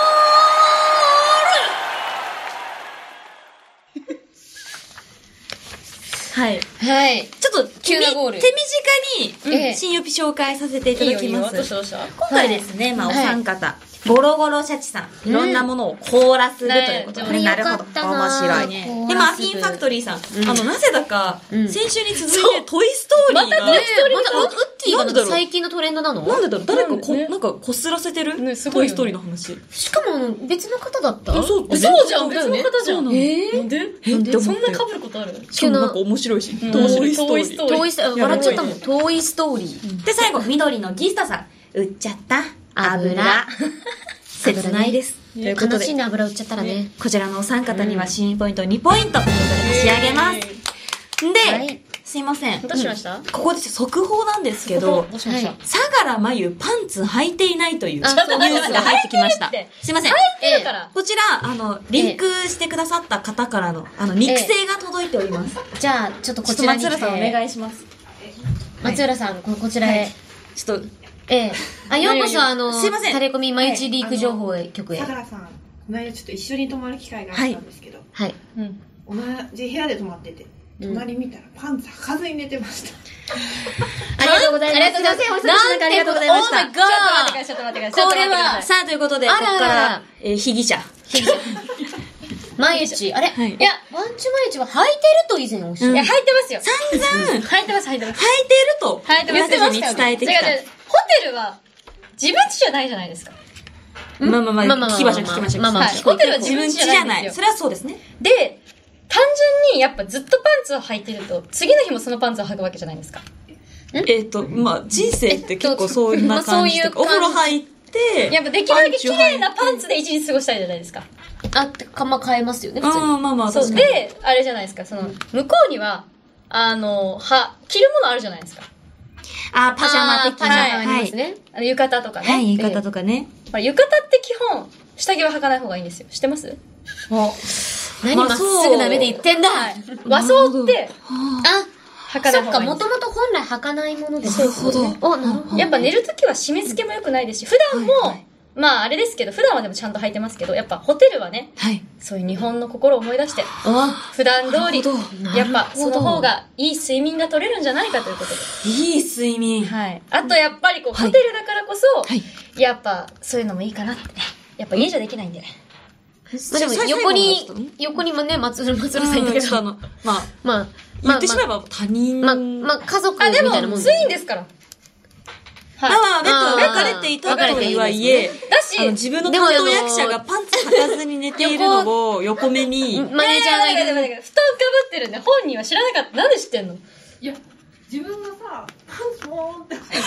S5: はい
S2: はい
S5: ちょっと
S2: 急なゴール
S5: 手短
S2: え
S5: に、
S2: え
S5: 新予備紹介させていただきます。
S3: うした
S5: 今回ですね、まあ、お
S2: はい
S5: 三方、ゴロゴロシャチさん、いろんなものをコーラス部ということで、
S2: ね
S5: なるほ
S2: こ
S5: ど。
S2: れよか
S5: 面
S2: ったな
S5: 白い
S2: コーラス部
S5: ね。で、まあ、アフィンファクトリーさん、あの、なぜだか、
S2: ん
S5: 先週に続いて、トイストーリーが、
S2: ねえまたウッティがなん
S5: なんでだ
S2: か
S5: ろう
S2: 最近のトレンドなの
S5: なんでだろう誰かこ、
S3: ね
S5: なんか、こすらせてる
S3: ねすごい
S5: ト
S3: よね
S5: イストーリーの話。
S2: しかもあの別の方だった
S5: そう、
S3: えそうじゃん別の方じゃん
S5: そうなの
S3: えー、なんで
S5: なんで
S3: そんな被ることある
S5: しかもなんか面白いし、面白いストーリー。
S2: 遠いスト笑っちゃったも
S3: や
S2: ん遠いストーリー
S5: で、最後、緑のギスタさん、売っちゃった、
S2: 油
S5: 油。切ないです。ということ
S2: 悲
S5: で
S2: しい。な油売っちゃったらね
S5: こちらのお三方には新ポイント2ポイントということで差し上げます。で、
S2: はい
S5: すいません。
S3: どうしました
S5: うんここで速報なんですけど、
S3: どうしました、
S2: はい
S5: 相良真由パンツ履いていないというニュース
S2: あそう
S5: が入ってきました
S3: 履いてるっ。
S5: すいません。
S3: ええから
S5: こちら、あの、リンクしてくださった方からの、あの、肉声が届いております。
S2: じゃあちょっとこ
S5: ちょっ
S2: ち
S5: と
S2: らに
S5: 松
S2: 来
S5: 浦
S2: て
S5: さんお願いします。
S2: 松浦さんここちらへ
S5: ちょっと、
S2: ええあようこそあの
S5: すいません
S2: タレコミ毎日リーク情報へ局へ
S7: 相良さんこの間ちょっと一緒に泊まる機会があったんですけど、
S2: はい
S3: うん
S7: 同じ部屋で泊まってて隣見たらパンツ履かずに寝てました、
S5: ありがとうございます。
S2: ありがとうございます
S5: なんてありがとうございました。
S2: なんてこと
S5: ちょっと待ってください、ちょっと待ってくだ
S2: これは
S5: さあ、ということで、こ
S2: あら
S5: こ
S2: らら
S5: から、えー被疑者。
S2: 毎日あれ
S5: はい
S2: いやワンチュ毎日は履いてると以前おっしゃ
S5: うん
S2: る
S3: いや、入ってますよ。
S5: 散々、履いてる
S3: 入ってます、入ってます。
S5: と、
S3: はい、でも言ってま
S5: に
S3: したよ、ね。
S5: 伝えてきた。
S3: 違う違うホテルは、自分家じゃないじゃないですか。
S5: まあまあま
S2: まあ
S5: あ
S2: まあまあまあ
S5: 聞きましょう、聞きましょう。
S2: まあまあ
S5: はい
S2: 聞
S3: こう
S5: ホテルは自分家じゃ
S3: 自分家
S5: な
S3: じゃないんです
S5: い。
S3: よ
S5: それはそうですね。
S3: で、単純にやっぱずっとパンツを履いてると、次の日もそのパンツを履くわけじゃないですか。
S5: えっと、まあ、人生って結構そん
S2: ま
S5: な
S2: あそ
S5: 感
S2: う
S5: じ
S2: い
S5: で、
S2: う感じ
S5: お風呂入って、
S3: やっぱできるだけ綺麗な
S5: ン
S3: パンツで一日過ごしたいじゃないですか。
S2: あってかまあ変えますよね
S5: チを
S2: 普
S5: 履
S2: 通に
S5: いて。うん、まあまあ、
S3: そう。
S5: 確かに。
S3: で、あれじゃないですか、その、向こうには、あの、は、着るものあるじゃないですか。
S5: あ、パジャマ
S2: あー
S5: 的
S2: パ
S5: な。
S2: ジャマあります
S5: はい
S2: ね
S3: あの浴衣とかね。
S5: はい、言い方
S3: で
S5: とかね。
S3: ほら浴衣って基本、下着は履かない方がいいんですよ。知ってます
S2: 何まっすぐな目で言ってんだ
S3: はい。和装って、
S2: あ
S3: 履か
S2: そ
S3: ない
S2: っか、
S3: 方がいいん
S2: も
S3: です
S2: ともと本来履かないものですよ
S3: よ。
S2: ね。
S5: なる
S2: ど。
S5: ほ
S2: お、なるほど。
S3: やっぱ寝るときは締め付けも良くないですし、普段も、まああれですけど、普段はでもちゃんと履いてますけど、やっぱホテルはね、
S5: はい。
S3: そういう日本の心を思い出して、
S5: あ、
S3: 普段通り
S5: なるほ、
S2: ど
S3: やっぱその
S2: なるほど
S3: 方がいい睡眠が取れるんじゃないかということで。
S5: いい睡眠。
S3: はい。あとやっぱりこう、
S5: はい
S3: ホテルだからこそ、
S5: はい
S3: やっぱそういうのもいいかなってね。やっぱ家じゃできないんでね。
S2: まあでも
S5: 最後
S2: 横
S5: 最後の人ね
S2: に、横にもね、松浦、松浦さんいた
S5: うん
S2: け
S5: ちょっとあ
S2: ど。
S5: の、まあ、
S2: まあ、
S5: 言
S2: まあ
S5: ってしまえば他人。
S2: まあ、まあ、家族み
S3: あ、
S2: た
S3: で
S2: い
S3: も
S2: なも、ん
S3: ツインですから。
S5: ま
S3: はい。
S5: あまあ、ベッド
S2: あー
S5: 別れていたとはいえ、
S3: だし
S5: あの自分の担当役者がパンツ履かずに寝ているのを横目に、
S2: マネージャーがい
S3: いやいや
S2: る。
S3: いやいや布団かぶってるんで、本人は知らなかった。なんで知ってんの
S7: いや自分がさパンツポーンって
S5: 聞こえま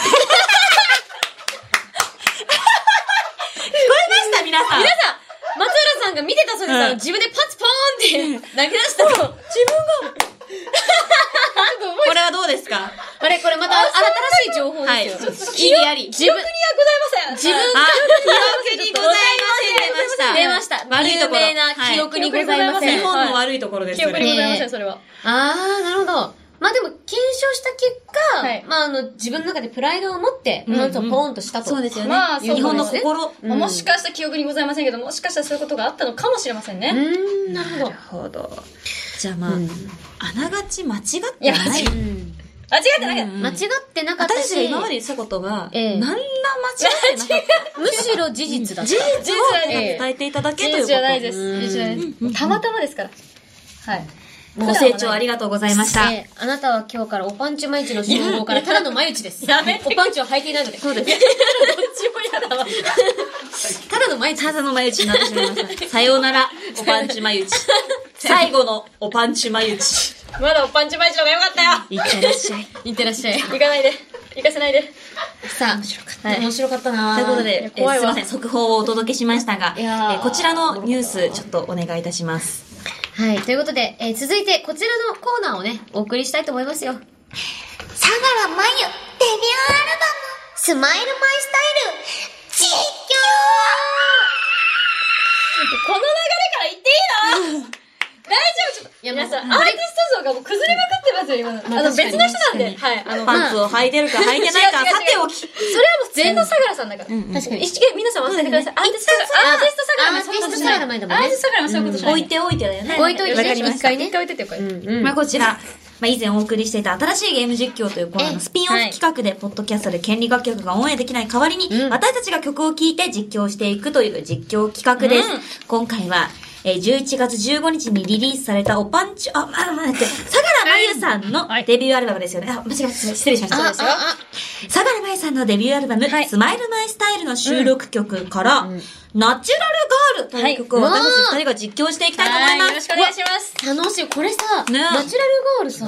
S5: した皆さん
S3: 皆さん、松浦さんが見てたそうです、あの自分でパツポーンって投げ出したの。自分が。
S5: これはどうですか
S3: あれ、これまた新しい情報
S5: はい。
S3: ですよ。
S5: 意義あり。
S3: 自分にはございません。自分
S5: あ
S3: が、
S5: 記憶にございません。
S3: 出ました。
S5: 悪いところ。
S3: 有名な記憶にございま
S5: は
S3: せん。
S5: 日本の悪いところです。
S3: 記憶にございませ
S2: ねえ
S3: ん、それは。
S2: あー、なるほど。まあでも、検証した結果、
S3: はい
S2: まああの、自分の中でプライドを持って、
S5: うん
S2: パンツをポーンとしたと。
S5: そうですよね。
S3: まあそうですね
S5: 日本の心。
S2: うん
S3: もしかしたら記憶にございませんけど、もしかしたらそういうことがあったのかもしれませんね。
S2: うーん、なるほど。
S5: ほど。じゃあまあ、あながち間違っ
S3: い
S5: て
S3: や
S5: ない。
S2: うん
S3: 間違ってなかっ
S5: うん
S2: 間違ってなかった
S5: 私たち
S2: し、
S5: が今までしたことが、
S2: ええ
S5: 何ら間違ってなか った。
S2: むしろ事実だった。
S5: 事実を
S3: ええ
S5: 伝えていただけ
S3: た。
S5: ということ
S3: じゃないです。
S2: うん
S3: 事実じゃないです。たまたまですから。はい。
S5: ご清聴ありがとうございました。
S2: えーあなたは今日からおパンチ毎日の信号からただの毎日です。やめおパンチを履いていないので。そうです。どっちもやだわ。ただの毎日。
S5: ただの眉打ちになってしまいました。さような ら、おパンチ眉打ち。最後のおパンチ眉打ち。
S3: まだおパンチマイチの方がよかったよ。
S5: いってらっしゃい。
S2: いってらっしゃい。
S3: 行かないで。行かせないで。
S2: さあ、面白かった。
S5: はい
S2: 面白かったな
S5: ということ
S2: い
S5: で
S2: や、
S5: えー
S2: 怖い
S5: すい
S2: わ
S5: ません、速報をお届けしましたが、え
S2: やー
S5: ーこちらのニュース、ちょっとお願いいたします。
S2: はい、ということで、えー続いてこちらのコーナーをね、お送りしたいと思いますよ。
S6: 相良真由デビューアルバム「スマイルマイスタイル」実況
S3: この流れから言っていいの大丈夫ちょっ
S2: い
S3: と。
S2: や
S3: 皆さん、
S2: もう
S3: アーティスト像がもう崩れまくってますよ、今の。あの、
S2: 確かに
S3: 別の人なんで。はい。あの、
S5: パンツを履いてるか履いてないかは
S3: 違う違う違う
S5: さておき。
S3: それはもう全部相良さんだから。
S2: 確かに。
S3: 一見皆さん忘れてください。アーティスト相良アーティスト相良もそういうことじゃない
S2: アーティスト相良もいいんだもんね
S3: アーティスト相良もそういうことじゃな
S5: 置
S3: い。
S5: いておいてだよね。
S2: 置いといてね
S5: わかりました。
S2: 一回ね
S3: 一回置いててこれ。
S2: うんうん
S5: まあ、こちら、まあ、以前お送りしていた新しいゲーム実況というコーナーのスピンオ
S3: は
S5: フ
S3: い
S5: 企画で、ポッドキャストで権利楽曲がオンエアできない代わりに、
S2: うん
S5: 私たちが曲を聴いて実況していくという実況企画です。
S3: うん
S5: 今回は、えー11月15日にリリースされたおパンチ、あ、まあ、待って、相良真由さんのデビューアルバムですよね。あ、間違えました。失礼しました。そうですよ相良真由さんのデビューアルバム、スマイルマイスタイルの収録曲から、ナチュラルガールという曲を
S2: はい
S5: 私たち二人が実況していきたいと思います。
S3: はいよろしくお願いします。
S2: 楽しい。これさ、
S5: ね
S2: ナチュラルガールさ、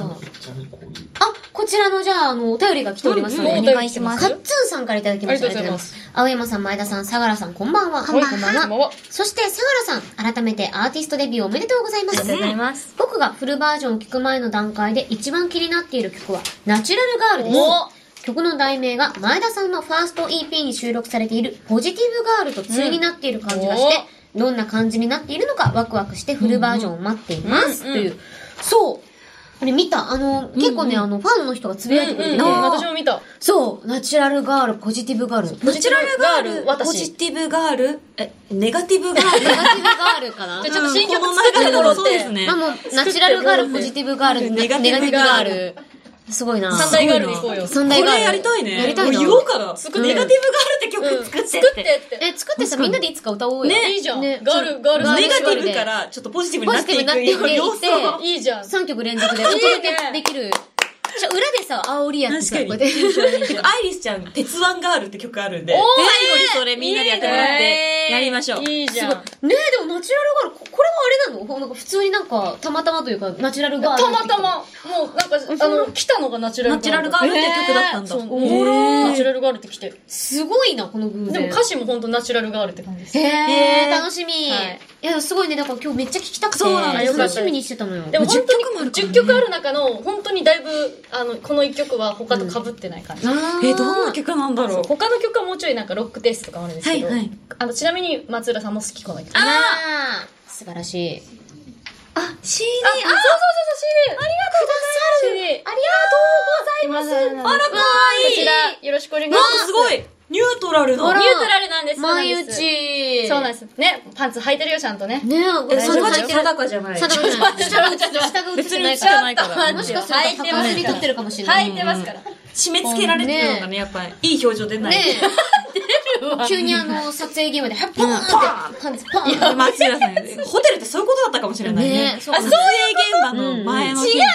S2: あ、こちらのじゃあ、あの、お便りが来ておりますので、
S3: うんうんお願いします
S2: カッツンさんからいただきました。
S3: ありが
S2: ありがとうござ
S3: とうございます
S2: います。青山さん、前田さん、相良さん、こんばんは。こん
S3: こんばんはこんばんは
S2: そして、相良さん、改めてアーティストデビューおめでとうございます。ありがとうございます。僕がフルバージョンを聴く前の段階で一番気になっている曲は、ナチュラルガールです。曲の題名が前田さんのファースト EP に収録されているポジティブガールと通になっている感じがして、どんな感じになっているのかワクワクしてフルバージョンを待っています。という。そう。あれ見たあの、結構ね、あの、ファンの人がつぶやいてくれてて、
S3: 私も見た。
S2: そう、ナチュラルガール、ポジティブガール。
S5: ナチュラルガール、
S3: 私
S5: ポジティブガール、え、ネガティブガール。
S2: ナチュラルガールかな
S3: ちょっと新曲
S5: この
S3: 作ってもらって。
S5: そうですね
S2: まあ。もう、ナチュラルガール、ポジティブガール、ネ
S5: ネ
S2: ガ
S5: ガ
S2: テ
S5: テ
S2: ィ
S5: ィ
S2: ブ
S5: ブ
S2: ガ
S5: ガ
S2: ー
S5: ール
S2: ル。すごいな。
S3: 三大ガールで行こうよ。
S2: 三
S5: こ
S2: 大
S5: れ
S2: ガール。
S5: やりたいね。
S2: やりたいな
S5: 俺言おうから。
S3: 作って
S5: ネガティブガールって曲作って
S3: 作
S5: っ。
S3: っててって。
S2: え、作ってさ、みんなでいつか歌おうよ。
S3: いいじゃん。ガ
S2: ね
S3: ール、ガール、
S2: ガール
S5: ネ
S2: ガ
S5: ガ
S2: ール
S5: ティブから、ちょっとポジティブ
S2: ポ
S5: になっ
S2: ジティブになってて
S5: い
S2: い
S5: く要素を。
S3: いいじゃん。
S2: 3曲連続でお届
S3: いい
S2: け
S3: ね
S2: できる。ちょ、裏でさ、煽りやってさ、こ
S5: 確
S2: うや
S5: か
S2: って。
S5: に
S2: い
S5: てかアイリスちゃん、鉄腕ガールって曲あるんで、
S3: おー
S5: 最後にそれみんなでやってもらって、やりましょう。
S3: いいじゃん。た
S2: ねえ、でもナチュラルガール、ここれはあれなのほなんか普通になんか、たまたまというか、ナチュラルガール。
S3: また。ま、もうなんか、あの、来たのがナチュラル
S5: ナチュラルガールって曲だったんだ。
S3: そう
S5: おもろ
S3: ナチュ
S5: ー
S3: ラルガールって来て。
S2: すごいな、この偶然。
S3: でも歌詞も本当ナチュラルガールって感じです。
S2: へー、
S5: へー
S2: 楽しみ。い
S3: い、
S2: や、すごいね、だから今日めっちゃ聞きたくて。
S5: そうなん
S3: だよかった
S2: 楽しみにしてたのよ。
S3: でも本
S5: 10曲も
S3: 当
S5: あ
S3: に
S5: るからね
S3: 10曲ある中の本当にだいぶあのこの1曲は他と被ってない感じ、
S2: あー
S5: え、どんな曲なんだろう。
S3: 他の曲はもうちょいなんかロックテイストとかもあるんですけど、
S5: はいはい
S3: あのちなみに松浦さんも好きこの曲あ
S2: あー素晴らしい。
S3: そ
S5: あ、CD、
S3: うそうそうそう CD ありがとうございます CD ありがとうございます
S5: あら、かわ
S3: こ
S5: い
S3: ち
S5: い。
S3: らよろしくお願いしま
S5: なんか
S3: す
S5: すごい、ニュートラル
S2: あ
S5: な
S2: ら。
S3: ニュートラルなんですそうなん
S2: 前打
S3: です
S2: ち。
S3: そうなん
S2: で
S3: ですねパンツ履いてるよちゃんとね
S2: す。ねえ、それはちょっと、
S5: 定かじゃない
S2: 定かじゃない。下が、下が映ってないから。
S5: か
S2: もしかすると、高橋に撮ってるかもしれな
S3: 履
S2: い。
S3: いてますから
S5: 締め付けられてるのがね、やっぱり、いい表情出ない。
S2: ねえ。 急にあの、撮影現場で、はっ、ポーンって、パンツポーンって。
S5: で松浦さん、 ホテルってそういうことだったかもしれないね。
S2: ねえそうかも
S5: 撮影現場の前の日に。
S3: あ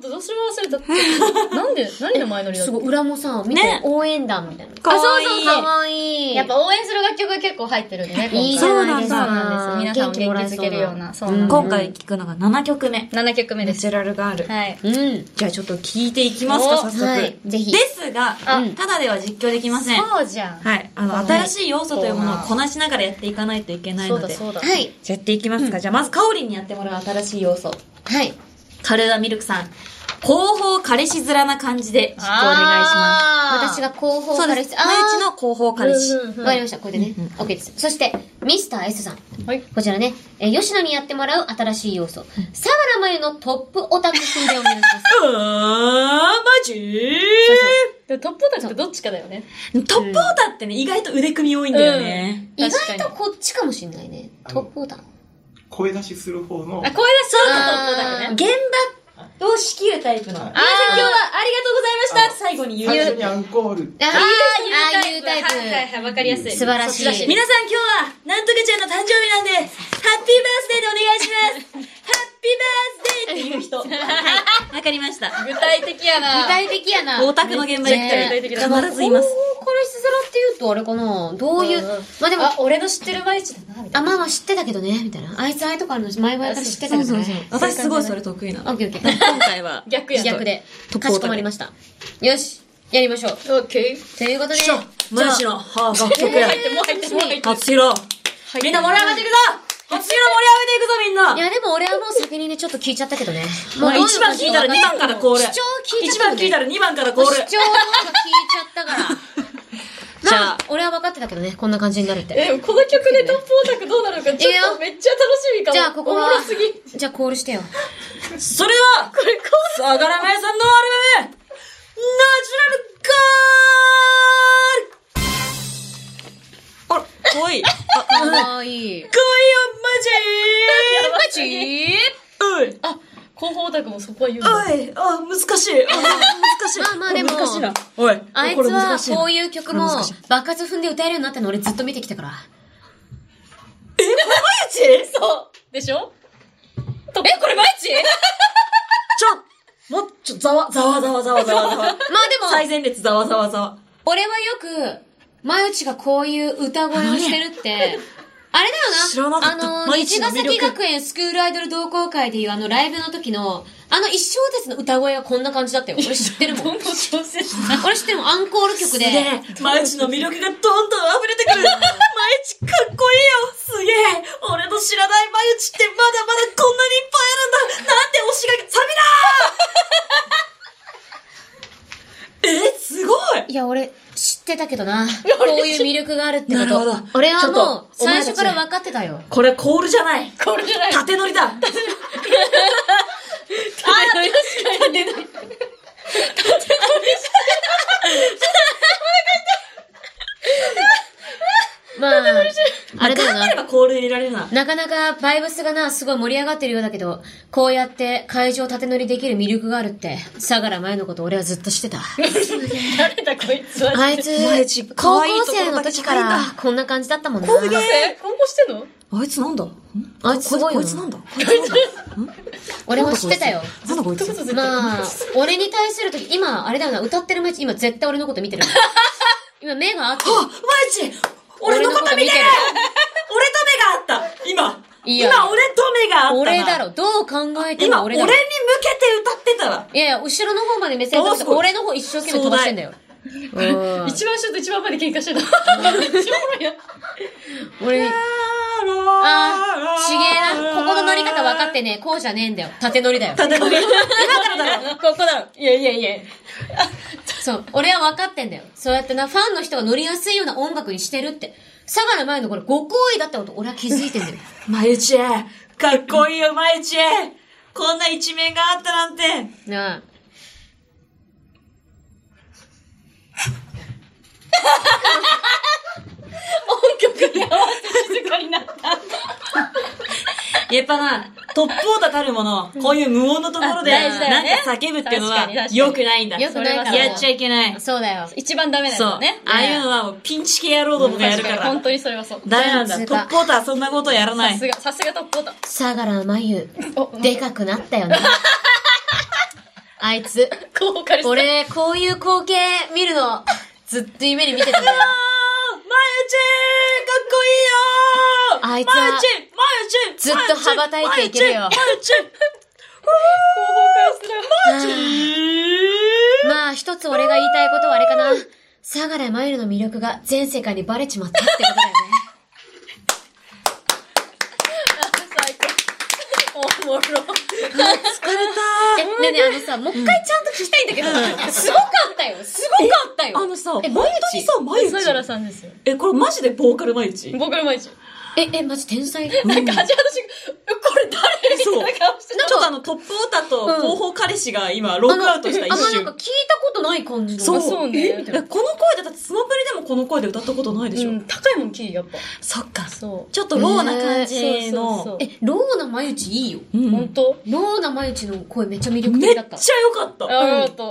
S3: どどうしも忘れた なんで何の前乗りだっ
S2: す
S3: た
S2: ごい、裏もさ、見て
S5: ね、
S2: 応援団みたいな。
S5: かわいい
S2: あそうそう、かわいい。
S3: やっぱ応援する楽曲が結構入ってるんでね今回
S2: いいじゃないです
S5: そう
S2: か。
S3: なんです皆さんを元気づけるようなそうなんです
S5: 今回聞くのが7曲目。
S3: 7曲目
S5: ナ
S3: です
S5: チュラルガール。
S3: はい
S2: うん。
S5: じゃあちょっと聞いていきますか、
S3: お
S5: 早速。
S2: はい、ぜひ。
S5: ですが、
S2: あ
S5: ただでは実況できません。
S3: そうじゃん
S5: はい。あの、
S3: ね
S5: 新新しい要素というものをこなしながらやっていかないといけない
S3: そう
S5: の
S3: だ
S5: で。
S3: そうだ。
S2: はい。
S5: じゃあやっていきますか。じゃあまず、かおりんにやってもらう新しい要素。
S2: はい。
S5: カルダミルクさん。広報彼氏面な感じで、実況お願いします。
S2: 私が広報
S5: そう
S2: 彼
S5: です。
S2: 氏。
S5: 毎日の広報彼氏。
S2: わかりました。これでね。OK です。そして、ミスター S さん。
S3: はい
S2: こちらね、えー吉野にやってもらう新しい要素。相良真由のトップオタク風でお願いします。
S5: あー、マジ
S2: そう
S3: でトップオタクってどっちかだよね。
S5: トップオータってね、意外と腕組み多いんだよね。
S2: そう意
S3: 確か
S2: 外
S3: に
S2: とこっちかもしんないね。トップオタク。
S8: 声出しする方の
S3: あ、声出しそうだトップオタク
S2: あ
S3: ね。
S5: 現場を仕切るタイプの。皆さん今日はありがとうございました最後に言
S8: 最初
S5: う。
S8: にアンコール
S2: あー
S3: あ
S2: あ
S3: あ
S2: ー
S3: い
S2: いうう
S3: タ
S2: タ
S3: イ
S2: イ
S3: プ。
S2: プ。
S3: はいはいはい、わかりやすい。
S2: 素晴らしい
S3: そっちだ
S5: 皆さん今日は、なんとかちゃんの誕生日なんで、ハッピーバースデーでお願いしますハッピーバースデーっていう人。はい、わかりました。
S3: 具体的やな。
S2: 具体的やな。
S5: オタクの現場で
S2: めっち
S5: 来た
S2: ゃ
S5: ら
S2: 具体
S5: 必
S3: 的
S5: ず
S3: だ
S5: います。
S2: 彼氏面って言うとあれかなどういう、
S3: うんうん
S2: まあでも、
S3: あ、俺の知ってる毎日だな、みたい
S2: あ、まあまあ知ってたけどね、みたいな。あいつああいうとこあるの前々から知ってたけどね。
S5: 私す ごいそれ得意な
S2: オ
S5: の。
S2: ッケーオッケー。
S5: 今回は、
S3: 逆や
S2: 逆で。
S5: トップ
S2: か
S5: オータク
S2: しこまりました。よし、やりましょう。
S3: な。オッケー。
S2: ということで、
S5: マジの、はあ、楽曲や。
S3: もう入って、もう入って。
S5: 初披露。みんな盛り上がっていくぞ初披露盛り上げていくぞみんない
S2: やでも俺はもう先にね、ちょっと聞いちゃったけどね。
S5: もう
S2: どの
S5: 1番聞いたら2番からコール。
S2: 主張聞いち
S5: 1
S2: ゃった
S5: 番
S2: けどね
S5: 聞いたら2番からコール。
S2: 主張の方が聞いちゃった から。
S5: じゃ
S2: ま
S5: あ
S2: あ、俺は分かってたけどね、こんな感じになるって。
S3: え、この曲でトップオタクどうなるのか、ちょっとめっちゃ楽しみかも。
S2: じゃあここは
S3: おもろすぎ。
S2: じゃあコールしてよ。
S5: それでは、これコール。相良真由さんのアルバム、ナチュラルガールあら、かわいい。あ、かわいいよ、
S2: かわいい。
S5: マ
S3: マジ
S5: ジー
S3: あ、広報オタクもそこは言うんだ。
S5: おい、おい、あ、難しい。あ難しい。
S2: まあまあでも
S5: これ難しいな。おい、
S2: あいつ
S5: これ難
S2: は
S5: しいな
S2: こういう曲も爆発踏んで歌えるようになったの俺ずっと見てきたから。
S5: え
S3: そう。でしょえ、これ毎日
S5: ちょ、もう、ちょ、ざわ、ざわざわざわざわざわ。
S2: まあ
S5: 最
S2: でも、
S5: 前列ざわざわざわ。
S2: 俺はよく、前内がこういう歌声をしてるって、あれだよな。
S5: 知らなかった
S2: あの、
S5: 前内
S2: 虹
S5: の
S2: ヶ
S5: 魅力
S2: 崎学園スクールアイドル同好会でいうあのライブの時の、あの一小節の歌声はこんな感じだったよ。俺知ってる もん。
S3: 挑戦し
S2: 俺知ってるもん。アンコール曲
S5: す
S2: で
S5: げ。え。マイチの魅力がどんどん溢れてくる。マイチかっこいいよ。すげえ。俺の知らないマイチってまだまだこんなにいっぱいあるんだ。なんて推しが、サビだーえ、すごい。
S2: いや、俺、知ってたけどな。こういう魅力があるってこと。
S5: なるほど
S2: 俺は
S5: ちょっ
S2: もう、
S5: とお前
S2: 最
S5: たち
S2: 初から分かってたよ。
S5: これコールじゃない。
S3: これじゃない。
S5: 縦乗りだ。
S3: 確かに。
S2: まあ、あれだよ
S5: 頑張
S2: な
S5: れ。ばコール入れられるな。
S2: なかなかバイブスがな、すごい盛り上がってるようだけど、こうやって会場縦乗りできる魅力があるって、相良前のこと俺はずっとしてた。
S3: 誰だこいつは。
S2: あい
S5: マイ
S2: つ
S5: チ、可
S2: 高
S5: 愛い
S2: 校
S5: とこ
S2: 生の
S5: ろだけ
S2: 時
S5: じゃ
S2: か
S5: ないんだ
S2: らこんな感じだったもんな。
S3: え、今後してんの
S5: あいつなんだん
S2: あいつすごいよ
S5: こ
S2: な
S5: いつなんだこいつ
S2: 俺も知ってたよ。
S5: なんだこいつ
S2: まあ、俺に対する時、今、あれだよな、歌ってる前、今絶対俺のこと見てる。今目が合ってる。
S5: あ、マイチ俺のこと見てる俺と目があった今
S2: いや
S5: 今俺と目があったな
S2: 俺だろ。どう考えて
S5: 今
S2: も
S5: 俺
S2: 俺だろ
S5: に向け。て歌ってたわ
S2: いやいや、後ろの方まで目線飛ばして、
S5: どうする
S2: 俺の方一生懸命飛ばしてんだよ。うん
S3: 一番下と一番前で喧嘩してた。めっちゃおもろいやん。
S2: 俺、あー、ちげえな。ここの乗り方分かってねえ。こうじゃねえんだよ。縦乗りだよ。
S5: 縦乗り今か らだろ
S3: ここだろ。いやいやいや。
S2: そう。俺は分かってんだよ。そうやってな、ファンの人が乗りやすいような音楽にしてるって。相良前のこれ、ご好意だったこと俺は気づいてんだ よ。
S5: マイチかっこいいよマイチこんな一面があったなんて
S2: なあ。
S3: 静かになった。
S5: やっぱなトップオータたるものこういう無音のところで
S3: あ大事だ
S5: な
S3: よ
S5: ん
S3: ね
S5: か叫ぶっていうの
S3: 確
S5: は
S3: かに確かに
S5: 良くないんだ
S2: よくないから。
S5: やっちゃいけない
S2: そうだよ。
S3: 一番ダメなん
S5: そう
S3: だね。
S5: ああいうのはもうピンチ系野郎どもがやるか
S3: 確に
S5: ら
S3: 本当にそれはそう。
S5: ダメなんだ
S2: さす
S5: ト
S2: が
S5: ップオータはそんなことやらな
S3: さ
S5: い
S3: すが、さすがトップオタ
S2: 相良真由、
S3: お
S2: でかくなったよね。 あいつ、
S3: ク。こう彼氏。
S2: 俺、こういう光景見るの、ずっと夢に見てたん だよ。
S5: マユチかっこ
S2: あ
S5: いいよ
S2: いつは
S5: マユチマユチ
S2: ずっと羽ばたいていけるよ
S5: マユチ
S2: まあ、一つ俺が言いたいことはあれかな。相良マユルの魅力が全世界にバレちまったってこと だよね。
S3: おもろ。
S2: え、ねえねえ、あのさ、もう一回ちゃんと聞きたいんだけど、すごかったよすごかったよ
S5: あのさ、本
S2: え
S5: 当にさ、毎
S3: 相良
S5: 日。
S3: さんですよ。
S5: え、これマジでボーカル毎日
S3: ボーカル毎日。
S2: え、え、マジ天才
S3: なんか、始まった瞬間、これ誰
S5: そう
S3: みたいな顔して
S5: ちょっとあの、トップオタと広報彼氏が今、ロックアウトした
S2: あ
S5: 一
S2: んまなんか
S5: 瞬。
S2: 聞いたことない感じの。
S3: そうそうね
S5: えだからこの声で、だってスマブレでもこの声で歌ったことないでしょ。
S3: うん、高いもん、キー、やっぱ。
S5: そっか。
S3: そう。
S5: ちょっとローな感
S3: そう
S5: じ
S3: そうそ
S5: の。
S3: う。
S2: え、ローなまゆちいいよ。
S5: うん
S3: 本当
S2: ローなまゆちの声めっちゃ魅力
S5: め
S2: 的
S5: っちゃ
S2: だった。
S5: 良か
S3: あ
S5: った。
S3: ありがとう。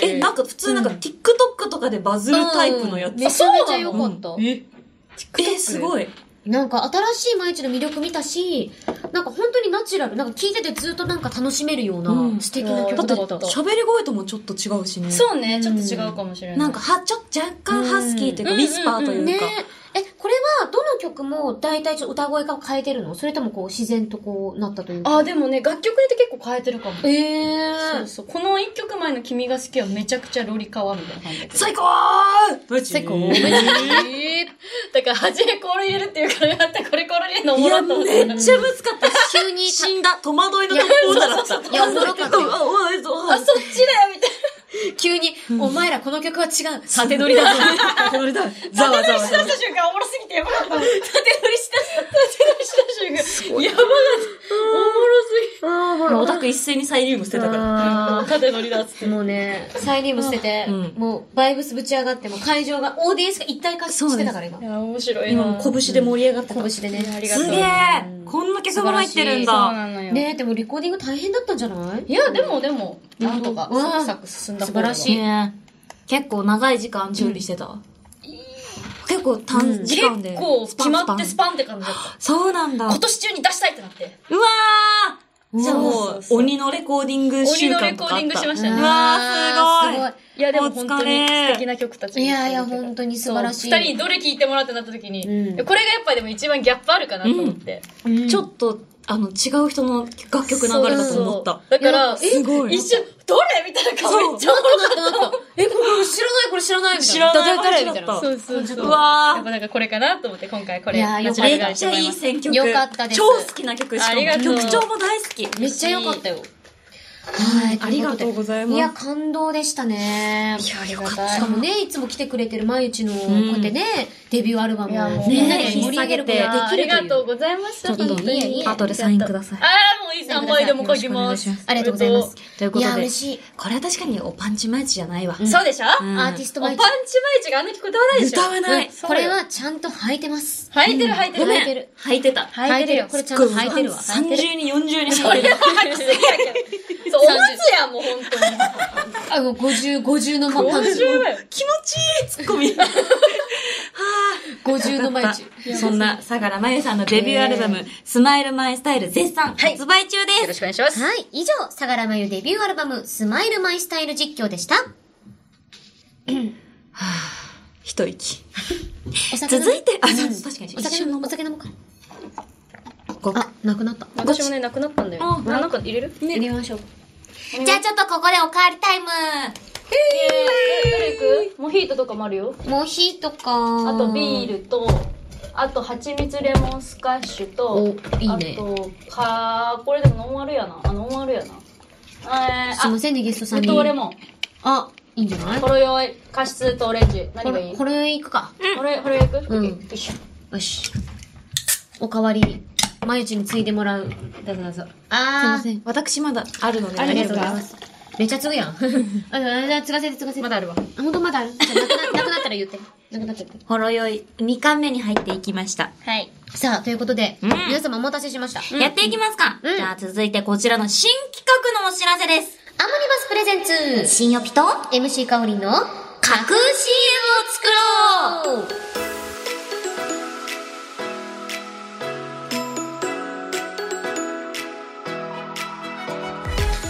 S5: え、なん
S3: か、
S5: か普通なんか TikTok とかでバズるタイ プのや
S2: う
S5: つ
S2: ん。めちゃめちゃ良かった。
S5: え、え、すごい。
S2: なんか新しいまゆちの魅力見たし、なんか本当にナチュラル、なんか聞いててずっとなんか楽しめるよう
S5: うん
S2: な素敵な
S3: う
S2: 曲
S3: ん
S5: だって
S2: だった。
S5: 喋り声ともちょっと違うしね。
S3: そうね、ちょっと違うかもしれない。
S5: なんか、、は、ちょ、若干ハスキーというか、
S3: うん
S5: ウィスパーと
S3: ん
S5: い
S2: ね
S5: うか。
S2: え、これはどの曲も大体ちょっと歌声が変えてるのそれともこう自然とこうなったというか。
S3: あー、でもね、楽曲によって結構変えてるかも。
S2: え
S3: そう
S2: ー。
S3: そう。この一曲前の君が好きはめちゃくちゃロリカワみたいな感じだけど。
S5: 最高マジ
S2: 最高
S3: だから、初めこれ入れるっていうからあって、これこれ入れるのお
S5: い
S3: もろ
S5: や、
S3: いと思っ
S5: め
S3: て。
S5: っちゃむずかった。
S2: 急にた、
S5: 死んだ。戸惑いのトップオーダーだった。
S2: いや、おもろかった
S5: うん、
S2: よ。
S5: あ、うわえっと
S3: あ、そっちだよみたい
S2: 急に、お前らこの曲は違う。縦乗りだぞ。
S5: あこれだ。ざわざわざわ。
S3: な。瞬間おもろすぎてやばかった。縦乗りした、縦乗りした瞬間、やばか
S5: ほら、オタク一斉にサイリウム捨てたから。
S3: った。縦乗りだっつって。
S2: もうね、サイリウム捨てて、
S5: うん
S2: もうバイブスぶち上がって、もう会場が、ODS が一体化してたから今
S3: い。や、面白いな。
S5: 今もう拳で盛り上がってた。
S2: 拳でね。
S3: ありがとう
S5: すげえこんな曲も入ってるん
S3: そう
S5: だ。
S3: なのよ。
S2: ねでもレコーディング大変だったんじゃない
S3: いや、でもでも、なんとか、
S2: うん
S3: サクサク進んだ方が
S2: 素晴らしい
S5: ね結構長い時間準備してた。結構短時間で。
S3: 結構、
S5: ス
S3: 決
S5: パンスパン
S3: まってスパンって感じだった。
S5: そうなんだ。うわ
S3: 今年中に出したいってなって。
S5: ーじゃあも
S3: そうそう
S5: う、
S3: そう
S5: 鬼のレコーディング
S3: 鬼
S5: 週
S3: の
S5: 間
S3: レ
S5: と
S3: コ
S5: かあっ
S3: ーディングしました
S5: う
S3: ね。
S5: わーすごい。
S3: いや、でも
S5: お疲れ
S3: 本当に素敵な曲たち
S2: いやいや、本当に素晴らしい。
S3: そう二人にどれ聴いてもらうってなった時に、
S2: うん
S3: これがやっぱでも一番ギャップあるかなと思って。
S2: うん
S5: ちょっと、あの、違う人の楽曲流れたと思った。
S3: そうそうだから、
S5: すごい
S3: え一瞬、どれみたいな顔めっちゃおもろかった。
S2: え、これ知らない、これ知らないみたいな。
S5: 知らない
S2: 誰誰
S5: 話だ
S2: みた
S5: っ
S2: い
S5: た
S2: な。
S3: そうそうそう。
S5: うわー
S3: やっぱなんかこれかなと思って、今回これ。
S2: いやーよかった
S5: め
S3: ナチュラル
S5: っちゃいい選曲。
S2: よかったです
S5: 超好きな曲しか
S3: ありがと
S5: も。
S3: う
S5: 曲調も大好き。
S2: めっちゃ良かったよ。はい、
S5: ありがとうございます
S2: いや、感動でしたね。いや、よかった。しかもね、いつも来てくれてるまゆちの、こうやってね、デビューアルバムを
S3: もう
S2: みんなで
S5: ね
S2: 盛り上げること
S5: 引っ
S2: が
S3: あ
S2: できる
S3: り
S2: と
S3: が
S2: いう。
S3: とうございました。
S5: ちょっと
S3: 本当に
S2: いいいいいい
S5: 後でサインください
S3: ああ、もういい3枚でも書きます。
S5: よろしくお願いします
S2: ありがとうございます。
S5: ということで
S2: いや、嬉しい。
S5: これは確かにおパンチマイチじゃないわ。
S3: そうでしょ、
S5: う
S3: お
S5: ん
S2: アーティスト
S3: パ
S2: ま
S3: ン
S2: ゆ
S3: チ
S2: ち。
S3: マイチがあの曲歌わないでしょ
S5: 歌わない。
S2: これはちゃんと履いてます。
S3: 履いてる履いて
S5: ご
S3: る。
S5: め
S2: 履いて
S5: ん
S2: る。
S5: 履いてた。
S2: 履いてるよ。これちゃんと履いてるわ。
S5: 三重に四重に履いてる。
S3: 履きすぎだけど。そう、おもちやもう本当に。
S2: あの、50、50のまパン
S3: 面
S2: チ。
S3: 白い。
S5: 気持ちいいツッ コミ。は
S2: 50のまゆ ち。
S5: あ。そんな、相良真由さんのデビューアルバム、スマイルマイスタイル絶賛発売中です。
S3: ろしくお願いしま。
S2: はい、以上、相良まゆデビューアルバム、スマイルマイスタイル実況でした。
S5: 一息。
S2: お酒飲む
S5: 続いて、あ、
S2: うん
S5: 確かに
S2: お
S5: 一
S2: 酒
S5: 瞬
S2: 飲
S5: の
S2: む、お酒飲もうか。
S5: ご
S2: あ、なくなった。
S3: 私もね、なくなったんだよ。あ、なんか入れる
S2: 入れましょう。
S4: じゃあちょっとここでおかわりタイム
S3: えー、どれ行くモヒートとかもあるよ。
S2: モヒートか
S3: あとビールと、あと蜂蜜レモンスカッシュと、
S2: おいいね
S3: あと、かこれでもノンアルやな。あ、ノンアルやな。えー、
S2: すいま
S3: あ、
S2: せんね、ゲストさん
S3: 無
S2: に。
S3: 糖レモン、
S2: あ、いいんじゃない
S3: ほ
S2: こ
S3: ろ酔い、加湿とオレンジ。何がい
S2: れ、
S3: い
S2: これいくか。
S3: ほろ酔い、ほろ酔いいく
S2: うん
S3: オッケーよいしょ
S2: よし。おかわり、まゆちについでもらう。どうぞどうぞ。あ
S5: すいません。私まだあるので。
S2: ありがとうございます。めっちゃ継ぐやん。あ、 ああ継がせて継がせて。まだあるわ。あ、ほんとまだある。じゃあな くな、なくなったら言って。なくなっちゃって。
S5: ほろ酔い、2巻目に入っていきました。
S3: はい。
S2: さあ、ということで、
S5: うん
S2: 皆様お待たせしました。アムニ
S5: やっていきますか、
S2: うん
S5: じゃあ続いてこちらの新企画のお知らせです。
S2: バスプレゼンツ、
S5: 新予備と、
S2: MC かおりんの、
S5: 架空 CM を作ろう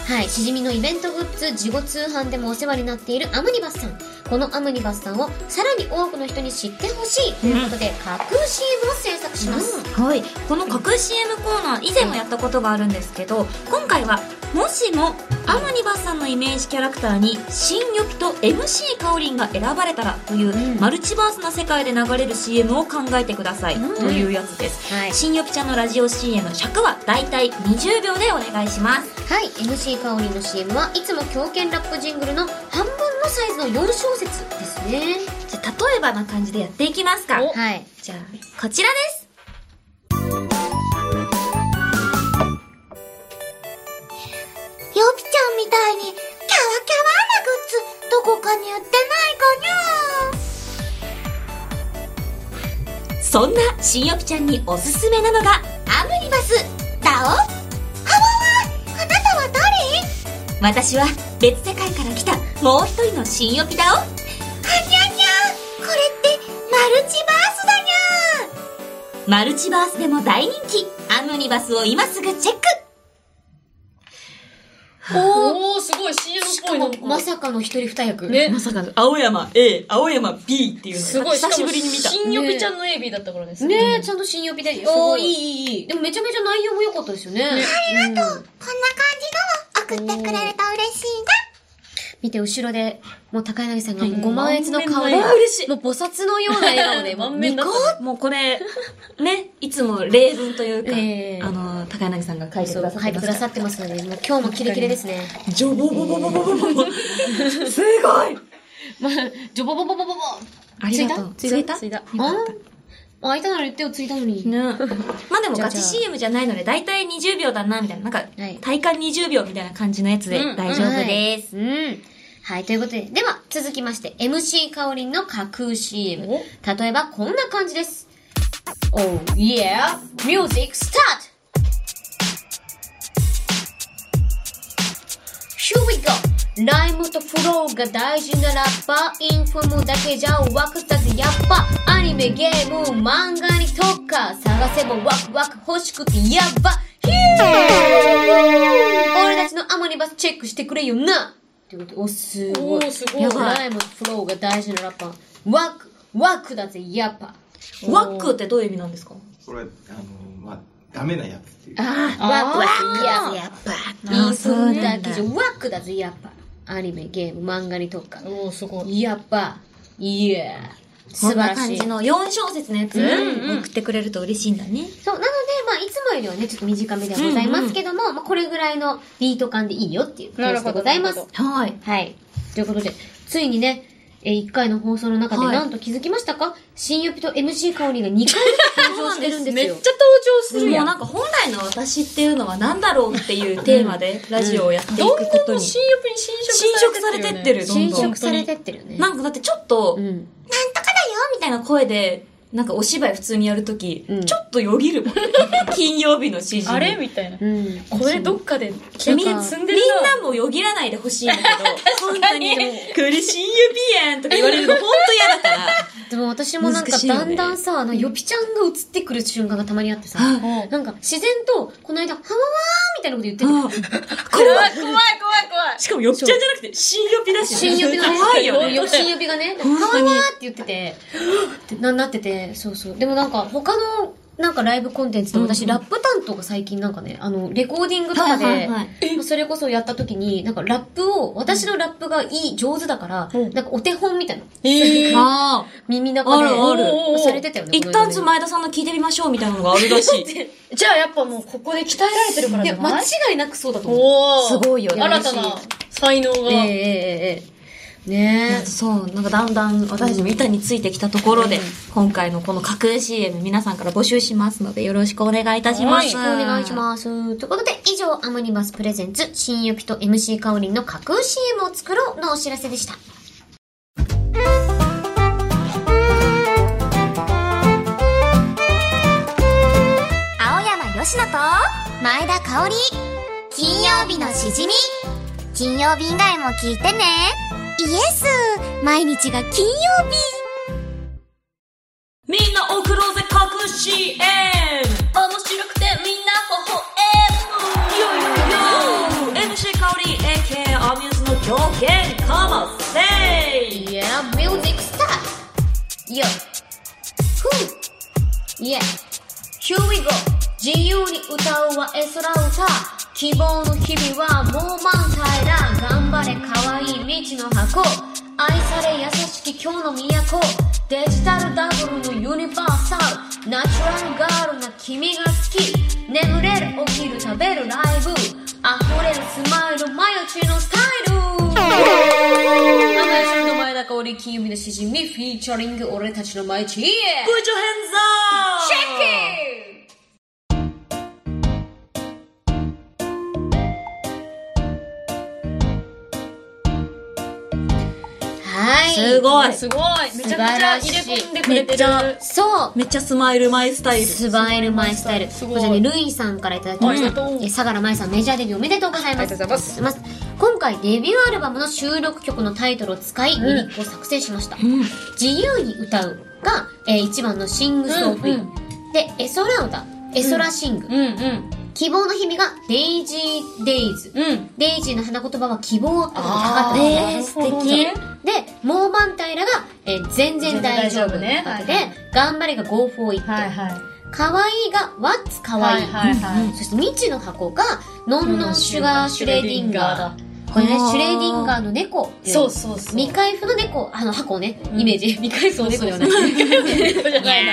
S2: はい、しじみのイベントグッズ事後通販でもお世話になっているアムニバスさんこのアムニバスさんをさらに多くの人に知ってほしいということで、架空 CM を制作します、
S5: はい、この架空 CM コーナー以前もやったことがあるんですけど今回はもしもアムニバスさんのイメージキャラクターに新緑と MC かおりんが選ばれたらというマルチバースな世界で流れる CM を考えてくださいというやつです、
S2: はい
S5: 新緑ちゃんのラジオ CM 尺はだいたい20秒でお願いします
S2: はい、MC かおりの CM はいつも狂犬ラップジングルの半分のサイズの4小節ですね。
S5: じゃあ例えばな感じでやっていきます
S2: は
S5: か
S2: い。
S5: じゃあこちらです
S6: ぴちゃんみたいにキャワキャワなグッズどこかに売ってないかにゃ
S5: そんな新緑ちゃんにおすすめなのが
S6: アムニバスだおあわわあなたは誰
S5: 私は別世界から来たもう一人の新予備だを
S6: あにゃにゃこれってマルチバースだにゃ
S5: マルチバースでも大人気アムニバスを今すぐチェック
S3: おー、すごい CM っ
S2: し
S3: ぽ
S2: か
S3: いな
S2: も
S3: んか。
S2: まさかの一人二役。
S3: ね。
S5: まさかの青山 A 青山 B っていう
S3: す
S5: の
S3: ご
S5: が
S3: い。
S5: 久しぶりに見た
S3: しかも新緑ちゃんの AB だったからです。
S2: ねえ、ちゃんと新予備で。お
S3: ご
S2: ー、
S3: い
S2: いい、いい、いい。でもめちゃめちゃ内容も良かったですよね。
S6: こんな感じのを送ってくれると嬉しいな
S2: 見て、後ろで、もう高柳さんがご満悦の顔で、
S5: うん嬉しい
S2: もう菩薩のような笑顔 で、もう
S3: 満面だった
S2: ニコッ
S5: もうこれねいつも例文というか、
S2: ええ
S5: あの高柳さんが書いてくださ
S2: 書
S5: って
S2: いてく
S5: ます
S2: ださってますので、もう今日もキレキレですね。
S5: ジョボボボボボボ ボボすごい
S2: まあ、ジョボボボボボボ
S5: ありがとう
S2: ついたついた
S5: ついた
S2: あんあ、いたなら言ってよ、ついたのに。
S5: ね、 まあでも
S2: じゃあ
S5: ガチ CM じゃないので、だいたい20秒だな、みたいな。なんか
S2: はい、
S5: 体感20秒みたいな感じのやつで
S3: うん
S5: 大丈夫です。
S2: うん。はい、ということで、では、続きまして、MC かおりんの架空 CM。
S3: お
S2: 例えば、こんな感じです。Oh, yeah! Music start! Here we go! ライムとフローが大事ならば、インフォムだけじゃわくたぜ、やっぱ。アニメ、ゲーム、漫画に特化。探せばワクワク欲しくて、やっば。俺たちのアモニバスチェックしてくれよなってことでお、すご
S3: お
S2: い。
S3: ーすごい
S2: やばい。ライムとフローが大事なラッパー。ワク、ワクだぜ、やっぱ。
S5: ワックってどういう意味なんですか
S8: これはあのまあダメなやつっていう
S2: ああ、ワクワクやぜ、やっぱ。インフォムだけじゃワクだぜ、やっぱ。アニメ、ゲーム、漫画に特化。
S3: おー、すごい。
S2: やっぱ、いや素晴ら
S5: こん
S2: し。
S5: ない感じの4小節のやつ、送ってくれると嬉しいんだね。
S2: そう、なので、まあ、いつもよりはね、ちょっと短めではございますけども、まあ、これぐらいのビート感でいいよっていう感じでございま
S3: なるほどなるほ
S2: す
S3: ど。
S5: はい。
S2: はい。ということで、ついにね、え1回の放送の中で、
S5: はい
S2: なんと気づきましたか新予備と MC 香りが2回登場してるんです
S3: めっち
S2: よ
S3: ゃ。登場する
S5: も
S3: や。
S5: うんなんか本来の私っていうのは何だろうっていうテーマでラジオをやっていく
S3: どん
S5: こ
S3: どん
S5: と
S3: もう
S5: に。
S3: 新欲に
S5: 侵
S3: 侵
S5: 食
S3: 食
S5: さ
S3: さ
S5: れ
S3: れ
S5: て
S3: て
S5: っ
S3: ってて
S5: る、
S3: る
S5: どん
S2: 侵
S5: どん
S2: 食。されてってるよね。
S5: なんかだってちょっと、
S2: うん。
S5: なんとかだよみたいな声で、なんかお芝居普通にやるとき、
S2: うん
S5: ちょっとよぎるもんね金曜日の詩人。
S3: あれみたいな。
S2: うん。
S3: これどっかで
S5: み
S3: 君
S5: んな
S3: 積
S5: み
S3: ん
S5: ん
S3: でるな。
S5: なもよぎらないでほしいんだけど、本当にもう、これ新指やんとか言われるの本当嫌だから。
S2: でも私もなんか
S5: 難しいよね
S2: だんだんさ、あの、ヨピちゃんが映ってくる瞬間がたまにあってさ、
S5: はい
S2: なんか自然と、この間、ハマワーみたいなこと言ってて、
S5: 怖い
S3: 怖い怖い怖い怖い。
S5: しかもよっちゃんじゃなくて、新予備だし。
S2: 新予備がね、
S5: 怖いよね。
S2: よ新予備がね、ハ
S5: 本当に
S2: ワワーって言ってて、ってな、なってて、そうそう。でもなんか他の、なんかライブコンテンツでも私、ラップ担当が最近なんかね、あの、レコーディングとかで、
S5: はいはいはい
S2: まあそれこそやった時に、なんかラップを、私のラップがいい、上手だから、なんかお手本みたいな、
S3: えー。
S5: あ
S2: 耳の中で、
S5: あるある
S2: まされてたよ
S5: あ
S2: ね。
S5: 一
S2: この間
S5: 旦
S2: ね
S5: ちょっと前田さんの聞いてみましょうみたいなのがあるらしい。
S3: じゃあやっぱもうここで鍛えられてるから
S2: い
S3: じ
S2: や、
S3: ゃな
S2: 間
S3: い
S2: 違いなくそうだと思う。
S3: おー。
S5: すごいよね
S3: 新たな才能
S2: ええ
S3: が。
S2: ええええねえ。
S5: そう、なんかだんだん私たちも板についてきたところで、今回のこの架空 CM 皆さんから募集しますので、よろしくお願いいたします。
S2: お願いします。ということで、以上、アムニバスプレゼンツ、新ユピと MC カオリンの架空 CM を作ろうのお知らせでした。
S6: 青山よしと前田香織金曜日のしじみ金曜日以外も聞いてねイエス毎日が金曜日
S5: みんな送ろうぜ架空 CM! 面白くてみんな微笑むよよよ !MC 香り AK アミューズの狂犬かませい
S2: Yeah, music start! Yo! Who! Yeah! Here we go! 自由に歌うは絵空歌希望の日々はもう満載だ頑張れ可愛い未知の箱愛され優しき今日の都デジタルダブルのユニバーサルナチュラルガールな君が好き眠れる起きる食べるライブ溢れるスマイルマヨチのスタイル甘え汁の前田香織清美のしじみフィーチャリング俺たちのマイチーエ
S5: Put your hands up!
S2: はい
S5: すごい
S3: すごいめちゃくちゃ入れ込んでくれて
S5: 素晴らしいめっ
S3: る
S5: ちゃ
S2: そう
S5: めっちゃスマイルマイスタイル。
S2: スマイルマイスタイル。
S3: す
S2: こ
S3: ごい
S2: ちらね、ルイさんからいただきまし
S3: ありが
S2: た。
S3: とう
S2: え相良舞さん、メジャーデビューおめでとうございます。
S3: ありがとうござい
S2: ます。今回、デビューアルバムの収録曲のタイトルを使い、ミリックを作成しました。自由に歌うが、えー一番のシングソークイーン。で、エソラ歌、エソラシング。
S5: うんうん。
S2: 希望の日々が、デイジー・デイズ。
S5: うん。
S2: デイジーの花言葉は希望ってことがかかって
S5: あ
S2: るん
S5: ー
S2: です
S5: なるほどね
S2: で、もう満平らが、えー全然大丈夫ということで、
S3: 全然大丈夫ねはいは
S2: 頑張れが Go for it。
S3: はいはい
S2: 可愛いが What's 可愛い
S3: はいはいはい
S2: そして未知の箱がノンノンシュガーシュレーディンガーだ。これね、シュレーディンガーの猫ってい。
S3: そうそうそう
S2: 未開封の猫、あの箱をね、
S3: ん
S2: イメージ。未開封の猫ではない。
S3: そうじゃない な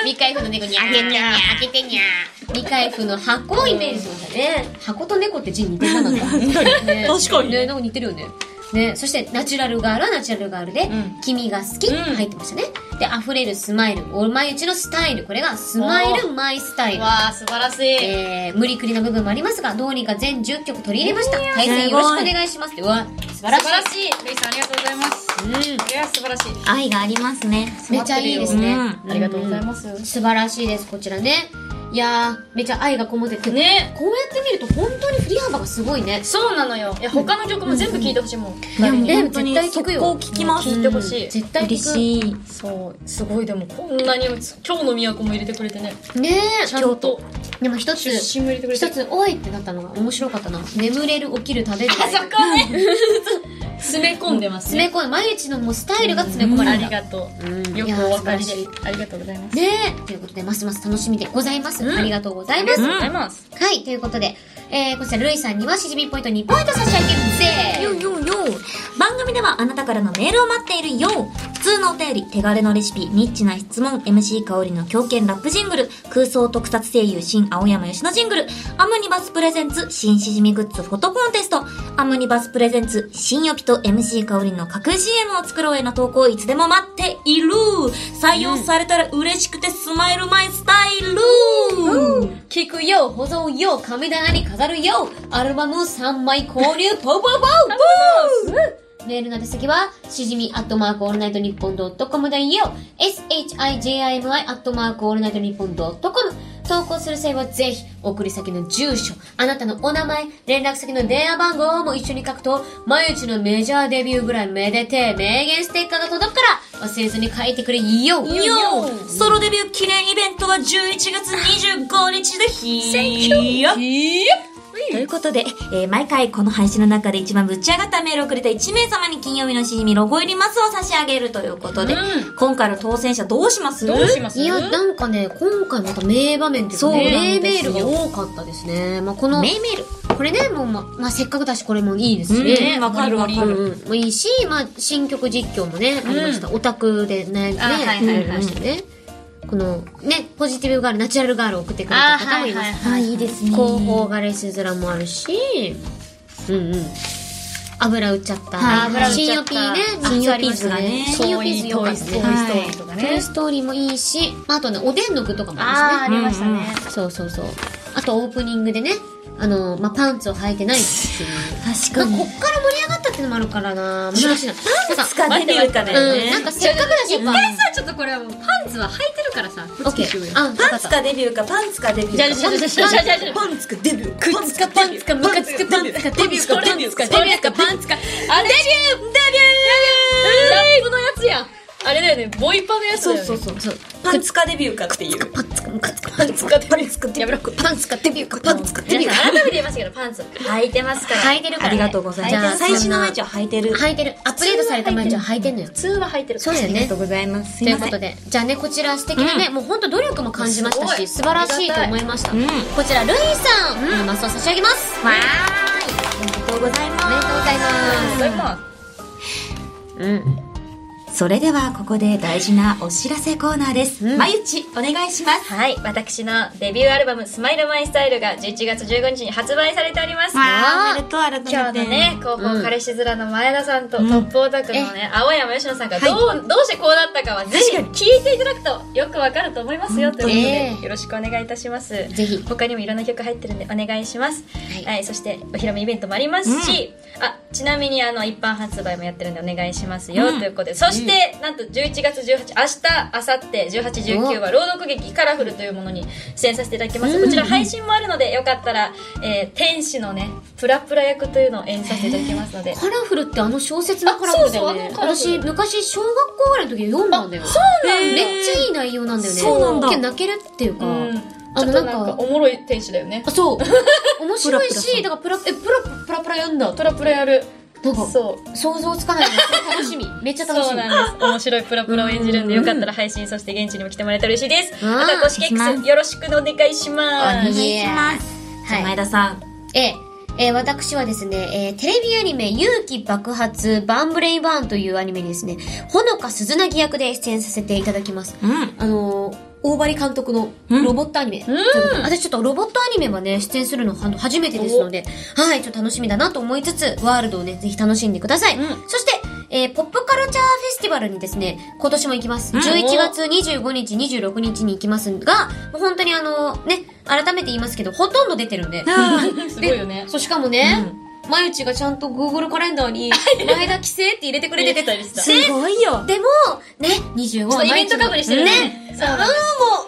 S2: 未開封の猫にあげてにゃ、あげてにゃ。未開封の箱をイメージしましたね。箱と猫って字似てるな なんか。ね
S5: 確かに
S2: ね、なんか似てるよね。ね、そして、ナチュラルガールはナチュラルガールで、
S3: ん
S2: 君が好き、
S5: うん
S2: 入ってましたね。で、溢れるスマイル、お前うちのスタイル、これがスマイルマイスタイル。
S3: わあ素晴らしい
S2: えー、無理くりな部分もありますが、どうにか全10曲取り入れました。対戦よろしくお願いしますって。うわ、素晴らし
S3: 素晴らしいルイさんありがとうございます
S2: い。
S3: いや素晴らしい
S4: 愛がありますね。
S2: うん。めちゃいいですね。
S5: うん
S3: ありがとうございます
S2: 素晴らしいです、こちらね。いやー、めちゃ愛がこもってて。
S3: ね
S2: こうやって見ると本当に振り幅がすごいね。
S3: そうなのよいや他の曲も全部聴いてほしいもん
S5: いやもう
S2: ね
S5: 本当に
S2: 絶対聞く
S5: 速
S2: よ
S5: 攻聞きます。
S3: 聞いてほしい
S2: 絶対
S5: 嬉しい。
S3: そうすごいでもこんなに今日の都も入れてくれてね
S2: い。ね
S3: ちゃんと
S2: え。でも一つ、
S3: 出身も入れてくれて
S2: 一つ、おいってなったのが面白かったな。眠れる、起きる、食べる。
S3: 詰め込んでます
S2: 詰
S3: ね
S2: め込む。毎日のもうスタイルが詰め込まれ
S3: あ
S2: るん
S3: り
S2: だ。
S3: がと
S2: うん
S3: うよくお分かり
S2: いやー素晴らし
S3: で
S2: い
S3: ありがとうございます
S2: ねえ。ということで、ますます楽しみでございます。
S3: うん
S2: ありがとうございます。
S3: ございます
S2: はい、ということで、えー、こちら、ルイさんにはしじみポイント2ポイント差し上げるぜ
S4: よよ番組ではあなたからのメールを待っているよ普通のお便り、手軽のレシピ、ニッチな質問、MC 香りの狂犬ラップジングル、空想特撮声優新青山吉野ジングル、アムニバスプレゼンツ新しじみグッズフォトコンテスト、アムニバスプレゼンツ新予備と MC 香りの架空 CM を作ろうへの投稿をいつでも待っている採用されたら嬉しくてスマイルマイスタイル、
S2: 聞くよ、保存よ、神棚に飾るよアルバム3枚購入、ポーポーポーポーメールの宛先は、しじみアットマークオールナイトニッポンドットコムだよ !shijimi アットマークオールナイトニッポンドットコム投稿する際はぜひ、送り先の住所、あなたのお名前、連絡先の電話番号も一緒に書くと、毎日のメジャーデビューぐらいめでて、名言ステッカーが届くから、忘れずに書いてくれよ
S5: よソロデビュー記念イベントは11月25日でひよ
S4: ということで、えー毎回この配信の中で一番ぶち上がったメールをくれた1名様に金曜日のしじみロゴ入りますを差し上げるということで、今回の当選者どうします
S5: どうします
S2: いや、なんかね、今回また名場面というか、
S5: そうな
S2: ね、名
S5: んで
S2: メ
S5: す
S2: ー
S5: よ
S2: ルが多かったですね。まあ、この、
S4: メイメール。
S2: これね、もうま、まあ、せっかくだし、これもいいですし
S5: ね
S2: ね。
S5: わかるわか
S2: うん
S5: る。
S2: うん、もういいし、まあ、新曲実況もね、ありました。オタクでね、ね、
S5: あはいはいはい
S2: ありましたね。この、ね、ポジティブガール、ナチュラルガールを送ってくれた方もいます。
S4: あ、いいですね。
S2: 広報ガレスズラもあるし、うんうん。油売っちゃった。
S4: はい
S2: 油
S4: はい
S2: 新予備ね、
S4: 新
S2: 三つ
S4: 予
S2: あり
S4: 備
S2: ましたね。
S4: ズ
S2: 新予備図よかったね。
S5: ストーリーとか
S2: トイストーリーもいいし、まあ、あとね、おでんの具とかもありましたね。そうそうそう。あと、オープニングでね、あの、まあ、パンツを履いてないっていう。
S4: 確
S2: ま
S4: か
S2: あ、
S4: に。
S2: こっから盛り上がったっていうのもあるからな難しいな。なんか、
S4: 使ってみるかだよ
S2: うん、
S4: ね
S2: なん。かせっかくだし、やっぱ、
S3: さあちょっとこれはもうパンツは履いてるからさ
S2: オッケー。あ、わか
S4: パン
S2: っ
S4: ツ
S2: た。
S4: かデビューか、パンツかデビューか。
S3: じゃじゃじゃじゃじゃじゃじゃ
S5: パンツかデビュー。
S3: パンツかパンツかムカつくパンツかデビューかパンツかデビューかパンツかあれデビューデビューラップのやつやあれだよね、ボイパのやつだよ
S5: そう
S3: ね。
S5: そう
S3: う
S5: そうそう
S9: パンツカデビューかっていう。
S5: パンツかパンツか
S3: パンツ買ってる。
S5: やめろパンツかデビューかパンツかデビュ
S3: 皆
S5: ー
S3: さん改
S5: か
S3: めて言いますけど、パンツ履いてますから。
S2: 履いてるから、
S5: ありがとうございます
S2: じゃあ
S5: 最新の
S2: そんな
S5: マイちゃん履いてる
S2: 履いてる。アップデートされた毎日は履いてんのよ
S3: 普。通は履いてる。
S2: そうだよ
S5: あり
S2: ね
S5: がと。うございますす
S2: と
S5: い
S2: いう
S5: ま
S2: こ
S5: せん
S2: とで、じゃあね、こちら素敵なね、もう本当努力も感じました
S3: すご
S2: し、
S3: い
S2: 素晴らしいと思いました。
S5: うん
S2: こちら、ルイさん、うん、マスを差し上げます。
S5: わーいありがとうござい
S2: おめで
S5: ま
S2: とうござい
S3: それも
S5: すそれではここで大事なお知らせコーナーです、まゆちお願いします
S3: はい、私のデビューアルバム「スマイルマイスタイルが11月15日に発売されております。
S5: あーおめでとう
S3: 今
S5: 改
S3: 日
S5: め
S3: の
S5: て
S3: ね、広報彼氏面の前田さんと、トップオタクのね、青山吉野さんがどう、どうしてこうだったかは、ぜひ聞いていただくとよくわかると思いますよ、ということ
S2: え
S3: で、よろしくお願いいたします。
S2: ぜひ
S3: 他にもいろんな曲入ってるんで、お願いします。
S2: い
S3: はい、そして、お披露目イベントもありますし、あ、ちなみに、あの、一般発売もやってるんで、お願いしますよ、ということで、そして、なんと11月18、明日、明後日、18、19は、朗読劇カラフルというものに出演させていただきます。こちら配信もあるので、よかったら、えー天使のね、プラプラ役というのを演じさせていただきますので。
S2: カラフルってあの小説のカラフルだよ
S3: あ
S2: ね。
S3: そうそうあのカラフル
S2: 私、昔、小学校ぐらいの時読んだんだよ。そうなんだめっちゃいい内容なんだよね。
S5: そうなんだ
S2: けど泣けるっていうか、
S3: うん。
S2: あ
S3: ちょ
S2: の、
S3: っ
S2: な
S3: と
S2: ん
S3: なんか、
S2: か、
S3: おもろい天使だよね
S2: あ。そう。面白いし、
S5: プ
S2: だからプラ、え、プラ、プラプラ読んだ。
S3: プラプラやる。
S2: なんか、
S3: そう。
S2: 想像つかないのが楽しみ。めっちゃ楽しみ。
S3: そうなんです。面白いプラプラを演じるんで、よかったら配信、そして現地にも来てもらえたら嬉しいです。
S2: うん
S3: また、公式 X よろしくお願いしま
S2: お
S3: す。
S2: 願いします。
S5: じゃあ前田さん、
S2: えええー私はですね、えーテレビアニメ、勇気爆発、バンブレイバーンというアニメにですね、ほのか鈴なぎ役で出演させていただきます。
S5: うん
S2: あのー大張監督のロボットアニメ。私ちょっとロボットアニメはね、出演するのは初めてですので、はい、ちょっと楽しみだなと思いつつ、ワールドをね、ぜひ楽しんでください。そして、えーポップカルチャーフェスティバルにですね、今年も行きます。11月25日、26日に行きますが、もう本当にあのーね、改めて言いますけど、ほとんど出てるん で、
S3: すごいよね。
S2: そう、しかもね、まゆちがちゃんと Google カレンダーに、前田帰省って入れてくれてて、
S3: 入れてた入れてた
S2: です
S5: ごいよ
S2: でも、ね、25
S3: ちょっとイベントかぶりしてる
S2: ね。
S3: ね。そう
S2: うん、もう、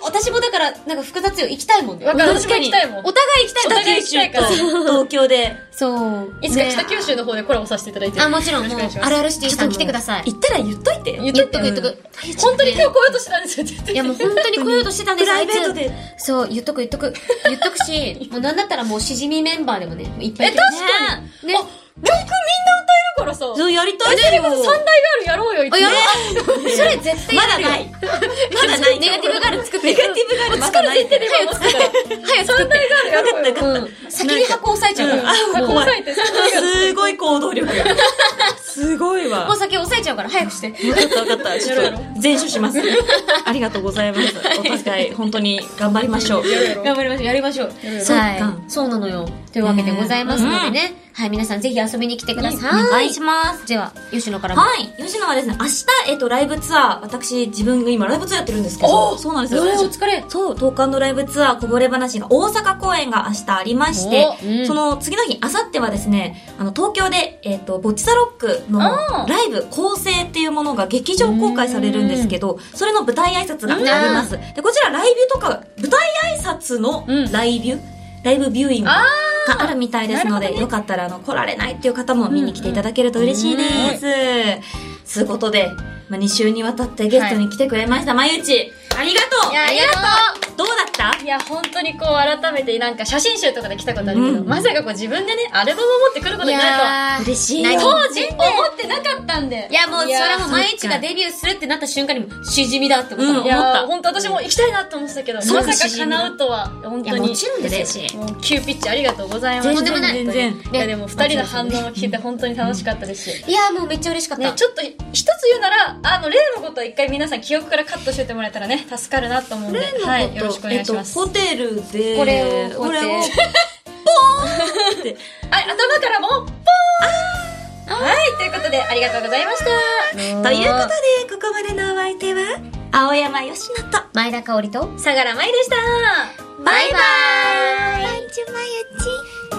S2: 私もだから、なんか複雑よ。行きたいもんね。
S3: わかる
S2: 確かに。
S3: 私も行きたいもん
S2: お互い行きたい
S3: お
S2: んだ
S3: 互い行きたいから。
S5: 東京で
S2: そう。
S3: いつか
S2: ね
S3: 北九州の方でコラボさせていただいて。
S2: あ、もちろん、
S3: よ
S2: もう
S3: ろしくお願いし、ます
S2: あるあるシティさん来てください。
S5: 行ったら言っといて
S3: 言
S2: 言
S3: っ
S2: っと
S3: と
S2: く
S3: く言
S2: 言っ
S3: っ
S2: と
S3: とく。
S2: く。
S3: 本当に今日来ようとしてたんですよって言って。
S2: いや、もう本当に来ようとしてたんです
S5: プライベート
S2: あい
S5: で
S2: つそう、言っとく言っとく。言っとく し、もうなんだったらもうしじみメンバーでもね、いっぱいいる
S3: え、確かに。
S2: ね。
S3: あ、曲みんな歌えるからさ。
S5: そうやりたいよ
S3: 三大ガールやろうよ、いつ
S2: あ、
S3: も
S2: やばいそれ絶対
S5: まだないまだない
S2: ネガティブガール作って
S5: ネガティブガールまだない
S3: テレビを作ったら。
S2: 早く作って。
S3: やろう
S2: う
S3: よ。
S2: ん。先に箱押さえちゃうから。
S5: あ怖い
S3: 抑えて三大ガール
S5: すごい行動力すごい
S2: も
S5: わ
S2: う先押さえちゃうから、早くして。
S5: 分かった分かったちょっと全書しますありがとうございますお互い本当に頑張りましょう
S2: 頑張りましょう、やりましょう。
S5: そう
S2: はい
S5: か。
S2: そうなのよ。というわけでございますのでね。はい、皆さんぜひ遊びに来てください。
S5: お願いします
S2: では、吉野からも。
S5: はい。吉野はですね、明日、えっと、ライブツアー、私、自分が今、ライブツアーやってるんですけど、そうなんですよ。
S2: お疲れ。
S5: そう、東館のライブツアーこぼれ話が大阪公演が明日ありまして、その次の日、あさってはですね、あの、東京で、えっ、と、ボッチザロックのライブ構成っていうものが劇場公開されるんですけど、それの舞台挨拶があります。で、こちらライブとか、舞台挨拶のライブ、ライブビューイングがあるみたいですので、よかったら、あの、来られないっていう方も見に来ていただけると嬉しいです。そういうことで、まあ、2週にわたってゲストに来てくれました、まゆち。ありがとう
S3: いや、ありがとう
S5: どうだった
S3: いや、本当にこう、改めて、なんか写真集とかで来たことあるけど、
S5: うん
S3: まさかこう自分でね、アルバムを持ってくること
S2: い
S3: になる
S2: やー
S5: 嬉しい
S3: と
S5: よ
S3: は、当時思ってなかったんで。
S2: いや、もう、それはもう、毎
S5: そ
S2: 日
S5: っか
S2: がデビューするってなった瞬間にも、しじみだって思った
S5: うん
S2: もん。
S3: い
S2: い
S3: や
S5: 思った
S3: 本当私も行きたいなと思ってたけど、ま
S5: そう
S3: さか叶うとは、本当
S2: や、
S3: に。
S2: もちろんですよ。
S3: もう急ピッチありがとうございます。
S2: とんでもない
S5: 全然
S3: いや、でも二人の反応を聞いて本当に楽しかったですし。
S2: いや、もうめっちゃ嬉しかっ
S3: ね、
S2: た。
S3: ちょっと一つ言うなら、あの、例のことは一回皆さん記憶からカットしておいてもらえたらね、助かるなと思うんで、はい、よろしくお願いします。
S5: えっと、ホテルで、
S2: これをこ
S5: こ
S2: うや
S5: れ
S2: っ
S5: を
S2: て
S3: はい、頭からも、ポーンはい、ということで、ありがとうございました。
S5: ということで、ここまでのお相手は、青山よしのと、
S2: 前田香織と、
S3: 相良舞でした。
S5: バイバ
S10: 毎
S5: イ
S10: 日毎日